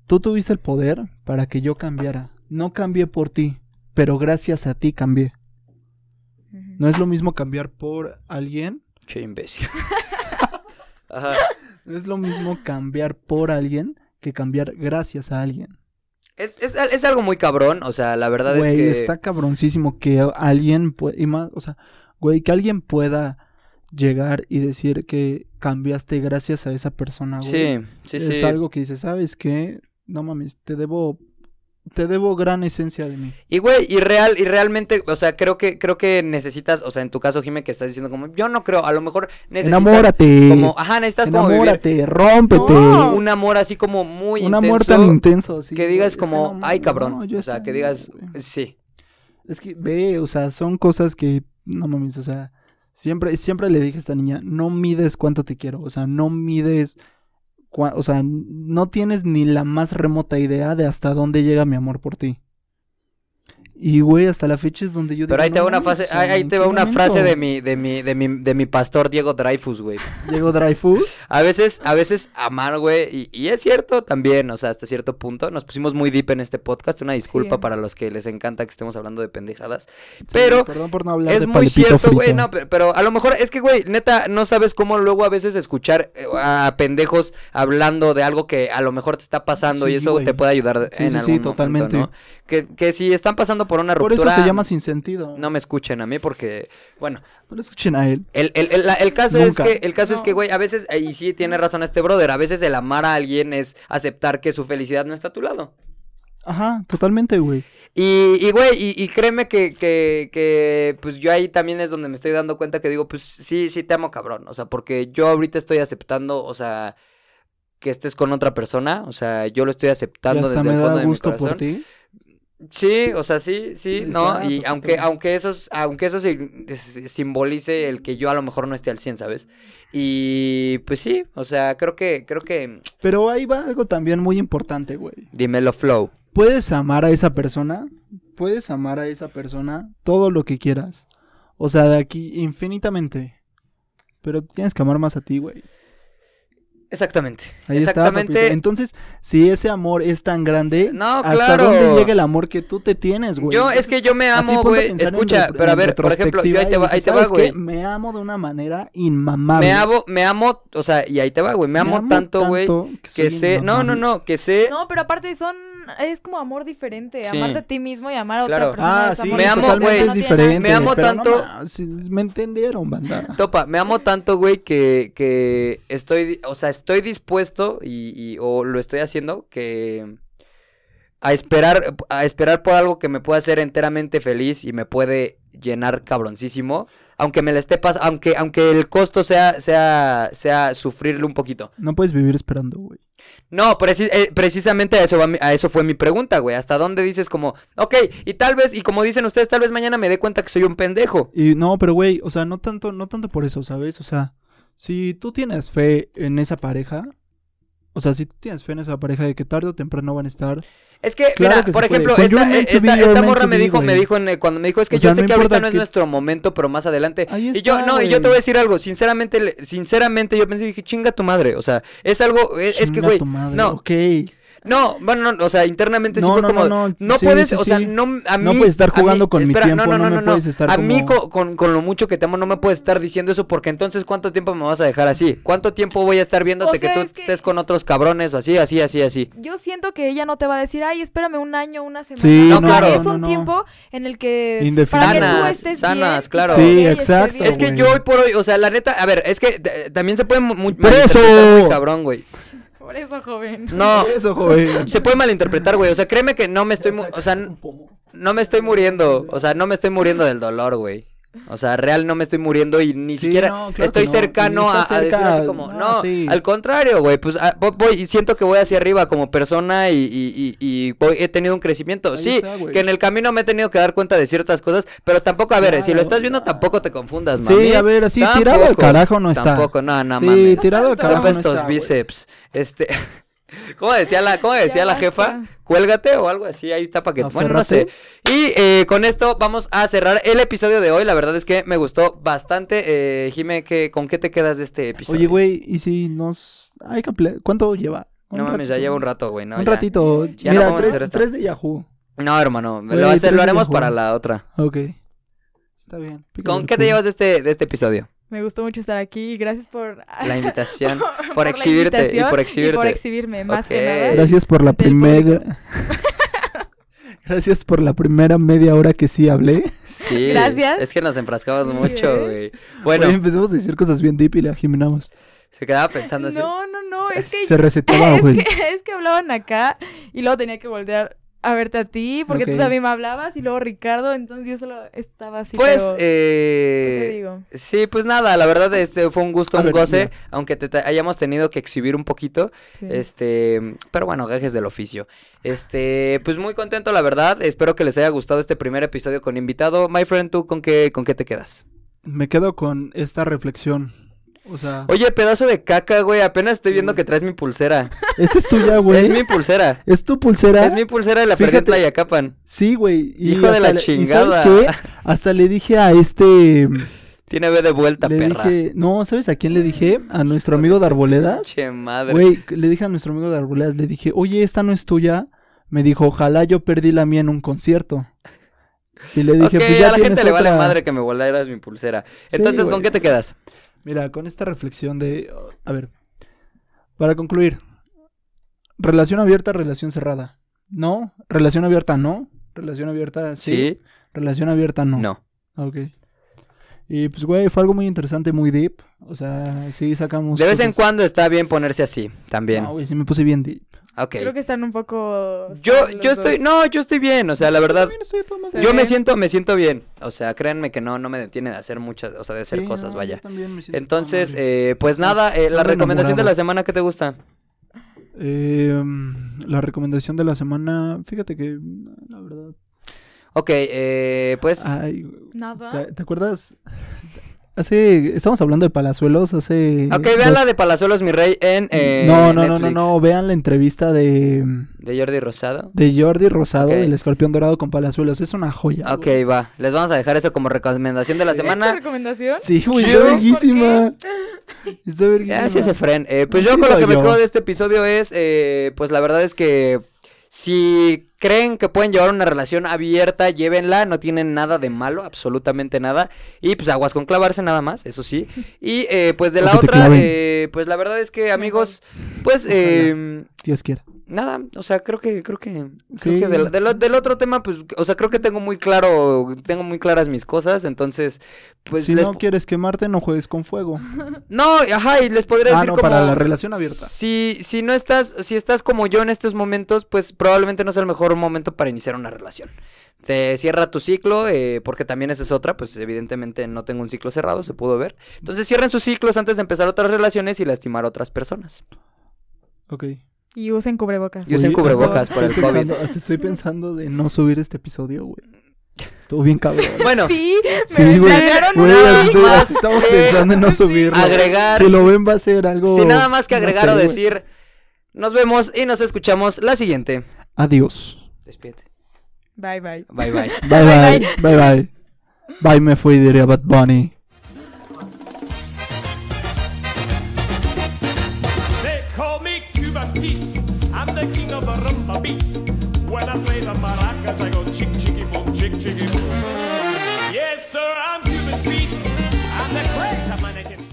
Tú tuviste el poder para que yo cambiara. No cambié por ti, pero gracias a ti cambié.
Ujú.
No es lo mismo cambiar por alguien.
Che, imbécil. <laughs> Ajá.
No es lo mismo cambiar por alguien que cambiar gracias a alguien.
Es, es, es algo muy cabrón. O sea, la verdad
Güey,
es que.
está cabroncísimo que alguien pueda. Y más, o sea, güey, que alguien pueda llegar y decir que cambiaste gracias a esa persona, güey.
Sí, sí, sí.
es algo que dices, ¿sabes qué? No mames, te debo, te debo gran esencia de mí.
Y güey, y real, y realmente, o sea, creo que, creo que necesitas, o sea, en tu caso, Jime, que estás diciendo como, yo no creo, a lo mejor necesitas.
enamórate,
Como, ajá, necesitas como vivir
enamórate, rómpete.
No,
un amor así como muy
un
intenso.
amor tan intenso. sí,
que
güey,
digas
es
como,
no
ay
mames,
cabrón,
no, yo
o sea,
estoy-
que digas,
güey.
sí,
Es que ve, o sea, son cosas que, no mames, o sea, siempre, siempre le dije a esta niña, no mides cuánto te quiero, o sea, no mides, cua- o sea, no tienes ni la más remota idea de hasta dónde llega mi amor por ti. Y güey, hasta la fecha es donde yo
Pero
digo,
ahí te
"No
va una
mames,
frase,
o sea,
ahí, ahí
¿en
te
qué
va una
momento?".
frase de mi, de mi, de mi, de mi pastor Diego Dreyfus, güey.
Diego
<laughs>
Dreyfus.
A veces, a veces amar, güey, y, y es cierto también, o sea, hasta cierto punto. Nos pusimos muy deep en este podcast, una disculpa
Sí.
para los que les encanta que estemos hablando de pendejadas.
Sí,
Pero
perdón por no hablar
Es
de
muy
Paletito
cierto, güey,
Frito.
no, pero, pero a lo mejor es que, güey, neta, no sabes cómo luego a veces escuchar eh, a pendejos hablando de algo que a lo mejor te está pasando y
Sí,
eso
güey.
te puede ayudar
Sí,
en
sí, sí,
algún momento,
totalmente.
¿no? Que, que si están pasando por una
Por
ruptura,
eso se llama sin sentido.
no
No,
me escuchen a mí porque, bueno,
lo escuchen a él.
el, el- el- la- el caso es
Nunca.
que, el caso es que,
No.
güey, a veces, eh, y sí tiene razón este brother, a veces el amar a alguien es aceptar que su felicidad no está a tu lado.
Ajá, totalmente, güey.
Y, y, güey, y, y créeme que, que, que, pues yo ahí también es donde me estoy dando cuenta que digo, pues sí, sí te amo, cabrón. O sea, porque yo ahorita estoy aceptando, o sea, que estés con otra persona. O sea, yo lo estoy
Y
aceptando
hasta
desde
me
el fondo
da
de mi
gusto por
corazón.
ti.
Sí, o sea, sí, sí,
Ahí
¿no?
está,
"Ah, Y
pues,
aunque,
entonces.
aunque eso, es- aunque eso sig- s- simbolice el que yo a lo mejor no esté al 100, ¿sabes? Y pues sí, o sea, creo que, creo que,
Pero ahí va algo también muy importante, güey.
dímelo, Flow.
Puedes amar a esa persona, puedes amar a esa persona todo lo que quieras. O sea, de aquí infinitamente. Pero tienes que amar más a ti, güey.
Exactamente,
Ahí está.
exactamente.
papito. Entonces, si ese amor es tan grande,
No,
¿hasta
claro.
dónde llega el amor que tú te tienes, güey?
Yo, es que yo me
Así
amo,
ponte a
güey.
pensar en
Escucha,
retro-
pero a
en
ver, por ejemplo, yo ahí te va, ahí te va,
retrospectiva y dices, "¿Sabes
güey.
qué? Me amo de una manera inmamable.
Me amo, me amo, o sea, y ahí te va, güey. Me amo tanto, güey, que sé, no, no, no, que sé,
No, pero aparte son es como amor diferente,
Sí.
amarte a ti mismo y amar a
Claro.
otra persona.
Ah,
es
sí,
amor
Me amo,
diferente,
güey.
no
totalmente es
tiene
diferente.
nada
Me amo
pero no
tanto-
ma- si- me entendieron, banda.
topa, me amo tanto, güey, que, que estoy, di- o sea, estoy dispuesto y, y- o lo estoy haciendo que a esperar, a esperar por algo que me pueda hacer enteramente feliz y me puede llenar cabroncísimo, aunque me la esté pas, aunque, aunque el costo sea, sea, sea sufrirlo un poquito.
No puedes vivir esperando, güey.
No, preci- eh, precisamente a eso, va mi- a eso fue mi pregunta, güey. ¿Hasta dónde dices como, ok, y tal vez, y como dicen ustedes, tal vez mañana me dé cuenta que soy un pendejo?
Y no, pero güey, o sea, no tanto, no tanto por eso, ¿sabes? O sea, si tú tienes fe en esa pareja, O sea, si tú tienes fe en esa pareja de que tarde o temprano van a estar.
Es que,
Claro
mira,
que
por
se puede.
ejemplo,
Con You're
esta, eh,
Meant to
esta,
Be, You're
esta
Meant
morra
to
me
Be,
dijo, me
güey.
dijo en- eh, cuando me dijo, es que
O sea,
yo sé
no
que ahorita
importa
no es
que-
nuestro momento, pero más adelante.
Ahí
y yo,
está,
no, y yo
güey.
te voy a decir algo, sinceramente, le- sinceramente yo pensé, dije, chinga tu madre, o sea, es algo, E, es, es que,
"Chinga
güey,
tu madre,
no.
ok".
no, bueno, no, o sea, internamente sí
No,
fue
no,
como,
no, no, sí,
puedes,
sí,
o sea,
sí.
no, a mí,
No puedes estar
a mí-
jugando con mi
espera,
tiempo, no me puedes estar
a mí
como-
co- con, con lo mucho que te amo no me puedes estar diciendo eso, porque entonces, ¿cuánto tiempo me vas a dejar así? ¿Cuánto tiempo voy a estar viéndote
sea,
que tú
es que-
estés con otros cabrones o así, así, así, así?
Yo siento que ella no te va a decir, ay, espérame un año, una semana.
Sí,
O
no,
sea,
claro.
Es
no,
un
no.
tiempo en el que.
Indefinido.
Para que tú
Sanas,
estés
sanas,
bien,
claro.
y que
Sí,
ella esté
exacto,
bien.
Es que
güey.
yo hoy por hoy, o sea, la neta, a ver, es que eh, también se puede mu- mu-
Por eso.
malinterpretar muy cabrón, güey.
Por eso, joven.
No, <laughs>
Eso, joven.
se puede malinterpretar, güey. O sea, créeme que no me estoy, mu- o sea, n- no me estoy muriendo, o sea, no me estoy muriendo del dolor, güey. O sea, real no me estoy muriendo y ni
Sí,
siquiera
no, claro que
estoy
no.
cercano
Ni
a,
estás
a decir
cerca,
así como,
no,
no,
sí.
al contrario, güey, pues ah, vo- voy y siento que voy hacia arriba como persona y, y- y- y voy- he tenido un crecimiento.
Ahí
sí,
está, güey.
que en el camino me he tenido que dar cuenta de ciertas cosas, pero tampoco, a ver, si lo
Claro,
estás viendo tampoco te confundas,
Sí,
mami.
a ver, así, tirado al carajo no está.
Tampoco, no, no
Sí,
mames.
tirado al
Tanto.
carajo.
Topa
no
pues estos
está, güey.
bíceps. Este. <laughs> ¿Cómo decía la, cómo decía la
basta.
jefa? Cuélgate o algo así, ahí tapa que. Bueno, no sé.
Aférrate.
Y eh, con esto vamos a cerrar el episodio de hoy. La verdad es que me gustó bastante. Eh, Jime, ¿qué- ¿con qué te quedas de este episodio?
Oye, güey, ¿y si nos. Ay, comple- ¿Cuánto lleva?
No mames, ya
ratito.
lleva un rato, güey. No,
un
ya.
ratito.
Ya no
Mira,
podemos hacer
tres,
esto.
tres de Yahoo.
No, hermano.
Güey,
lo, va a hacer-
tres
lo
de
haremos
Yahoo.
para la otra.
Ok. Está bien. pícale
¿Con
el
qué te
culo.
llevas de este, de este episodio?
<laughs> Me gustó mucho estar aquí y gracias por. <laughs>
La invitación. Por,
la
exhibirte y por
invitación Y por
exhibirte.
exhibirme, más
Ok.
que nada.
Gracias por la
<laughs>
Del
primera. Gracias por la primera media hora que sí hablé.
Sí.
Gracias.
Es que nos enfrascamos
Sí,
mucho,
¿eh?
güey. Bueno,
Oye, empezamos a decir cosas bien deep y la geminamos.
se quedaba pensando así.
No, no,
<laughs>
no, es que, <laughs>
Se resetaba, güey.
es que es que hablaban acá y luego tenía que voltear a verte a ti porque tú
Ok.
también me hablabas y luego Ricardo, entonces yo solo estaba así.
Pues,
pero, ¿qué
eh.
te digo?
Sí, pues nada, la verdad este fue un gusto,
A
un
ver,
goce,
ya.
aunque te, te hayamos tenido que exhibir un poquito,
Sí.
este, pero bueno, gajes del oficio. Este, pues muy contento la verdad, espero que les haya gustado este primer episodio con invitado. My friend, ¿tú con qué con qué te quedas?
Me quedo con esta reflexión. O sea,
Oye, pedazo de caca, güey, apenas estoy viendo que traes mi pulsera.
esta es tuya,
Es mi
güey.
pulsera.
Es tu pulsera.
Es mi pulsera de la
Fíjate.
Fergent Tlayacapan.
Sí, güey. y
Hijo de
hasta
la
le- y
chingada.
¿Sabes qué? Hasta le dije a este.
Tiene B de vuelta,
le
perra.
dije. No, ¿sabes a quién le dije? A nuestro
Hijo de
amigo
su
de Arboledas.
Che madre.
Güey, le dije a nuestro amigo de Arboledas, le dije, oye, esta no es tuya. Me dijo, ojalá yo perdí la mía en un concierto. Y le dije,
Ok,
pues ya
a la
tienes
gente le vale
otra".
madre que me volaras mi pulsera.
Sí,
Entonces, ¿con
güey.
qué te quedas?
Mira, con esta reflexión de, a ver, para concluir, relación abierta, relación cerrada. No, relación abierta no, relación abierta sí,
Sí,
relación abierta no.
no.
Ok. Y pues, güey, fue algo muy interesante, muy deep. O sea, sí sacamos...
De vez en
cosas.
cuando está bien ponerse así, también.
No, güey, sí me puse bien deep.
ok.
Creo que están un poco.
Yo,
solos
yo
los
estoy,
dos.
no, yo estoy bien, o sea, la verdad,
También estoy a toda madre.
Se
yo me
ve.
siento, me siento bien. O sea, créanme que no, no me detiene de hacer muchas, o sea, de hacer
Sí,
cosas,
no,
vaya.
yo también me siento
Entonces,
toda madre.
eh, pues nada, eh, la
Ando
recomendación de
enamorado.
la semana que te gusta.
Eh, mm, la recomendación de la semana, fíjate que, mm, la verdad.
Ok, eh, pues,
Ay, güey,
Nada.
¿Ah?
¿te, te acuerdas? Hace, estamos hablando de Palazuelos, hace.
ok, vean la
dos-
de Palazuelos, mi rey, en eh,
no, no, no, no,
Netflix.
no, vean la entrevista de,
De Jordi Rosado.
de Jordi Rosado,
Ok.
del Escorpión Dorado con Palazuelos. Es una joya.
Ok, va, les vamos a dejar eso como recomendación de la
¿Esta
semana.
recomendación?
Sí, güey,
Chido.
está verguísima. Está verguísima.
Gracias, Efren. Eh, pues yo
Sí,
con lo
soy
que me
yo.
quedo de este episodio es, eh, pues la verdad es que si creen que pueden llevar una relación abierta, llévenla, no tienen nada de malo, absolutamente nada. Y pues aguas con clavarse nada más, eso
<laughs>
sí. Y eh, pues de
O
la
que te
otra,
claven.
eh, pues la verdad es que amigos, pues eh,
Dios quiera.
nada, o sea, creo que, creo que, creo
Sí.
que del, del o- del otro tema, pues, o sea, creo que tengo muy claro, tengo muy claras mis cosas, entonces, pues
si
les...
no quieres quemarte, no juegues
<laughs>
con fuego.
No, ajá, y les podría
Ah,
decir
no,
como...
para la relación abierta.
Si, si no estás, si estás como yo en estos momentos, pues probablemente no sea el mejor momento para iniciar una relación. Te cierra tu ciclo, eh, porque también esa es otra, pues evidentemente no tengo un ciclo cerrado, se pudo ver. Entonces cierren sus ciclos antes de empezar otras relaciones y lastimar a otras personas.
Ok.
Y usen cubrebocas.
Y usen
Oye,
cubrebocas
hasta
por el
estoy
COVID.
pensando- hasta estoy pensando de no subir este episodio, güey. Estuvo bien cabrón.
Bueno,
Sí,
Sí,
me
güey.
sacaron
Güey,
una-
nada
así estoy-
más
así estamos
que <laughs>
pensando en no subirlo.
agregar,
Si lo ven va a ser algo...
sin nada más que
no
agregar
sé,
o
güey.
decir, Nos vemos y nos escuchamos la siguiente. <laughs>
Adiós.
Despídete.
Bye, bye.
Bye bye.
Bye
Bye,
bye, bye bye. Bye me fui, diría Bad Bunny.
They call me Cuba Pete. I'm the king of the rumba beat. When I play the maracas, I go chick chicky boom, chick chicky boom. Yes, sir, I'm Cuban Pete. I'm the craze of my naked.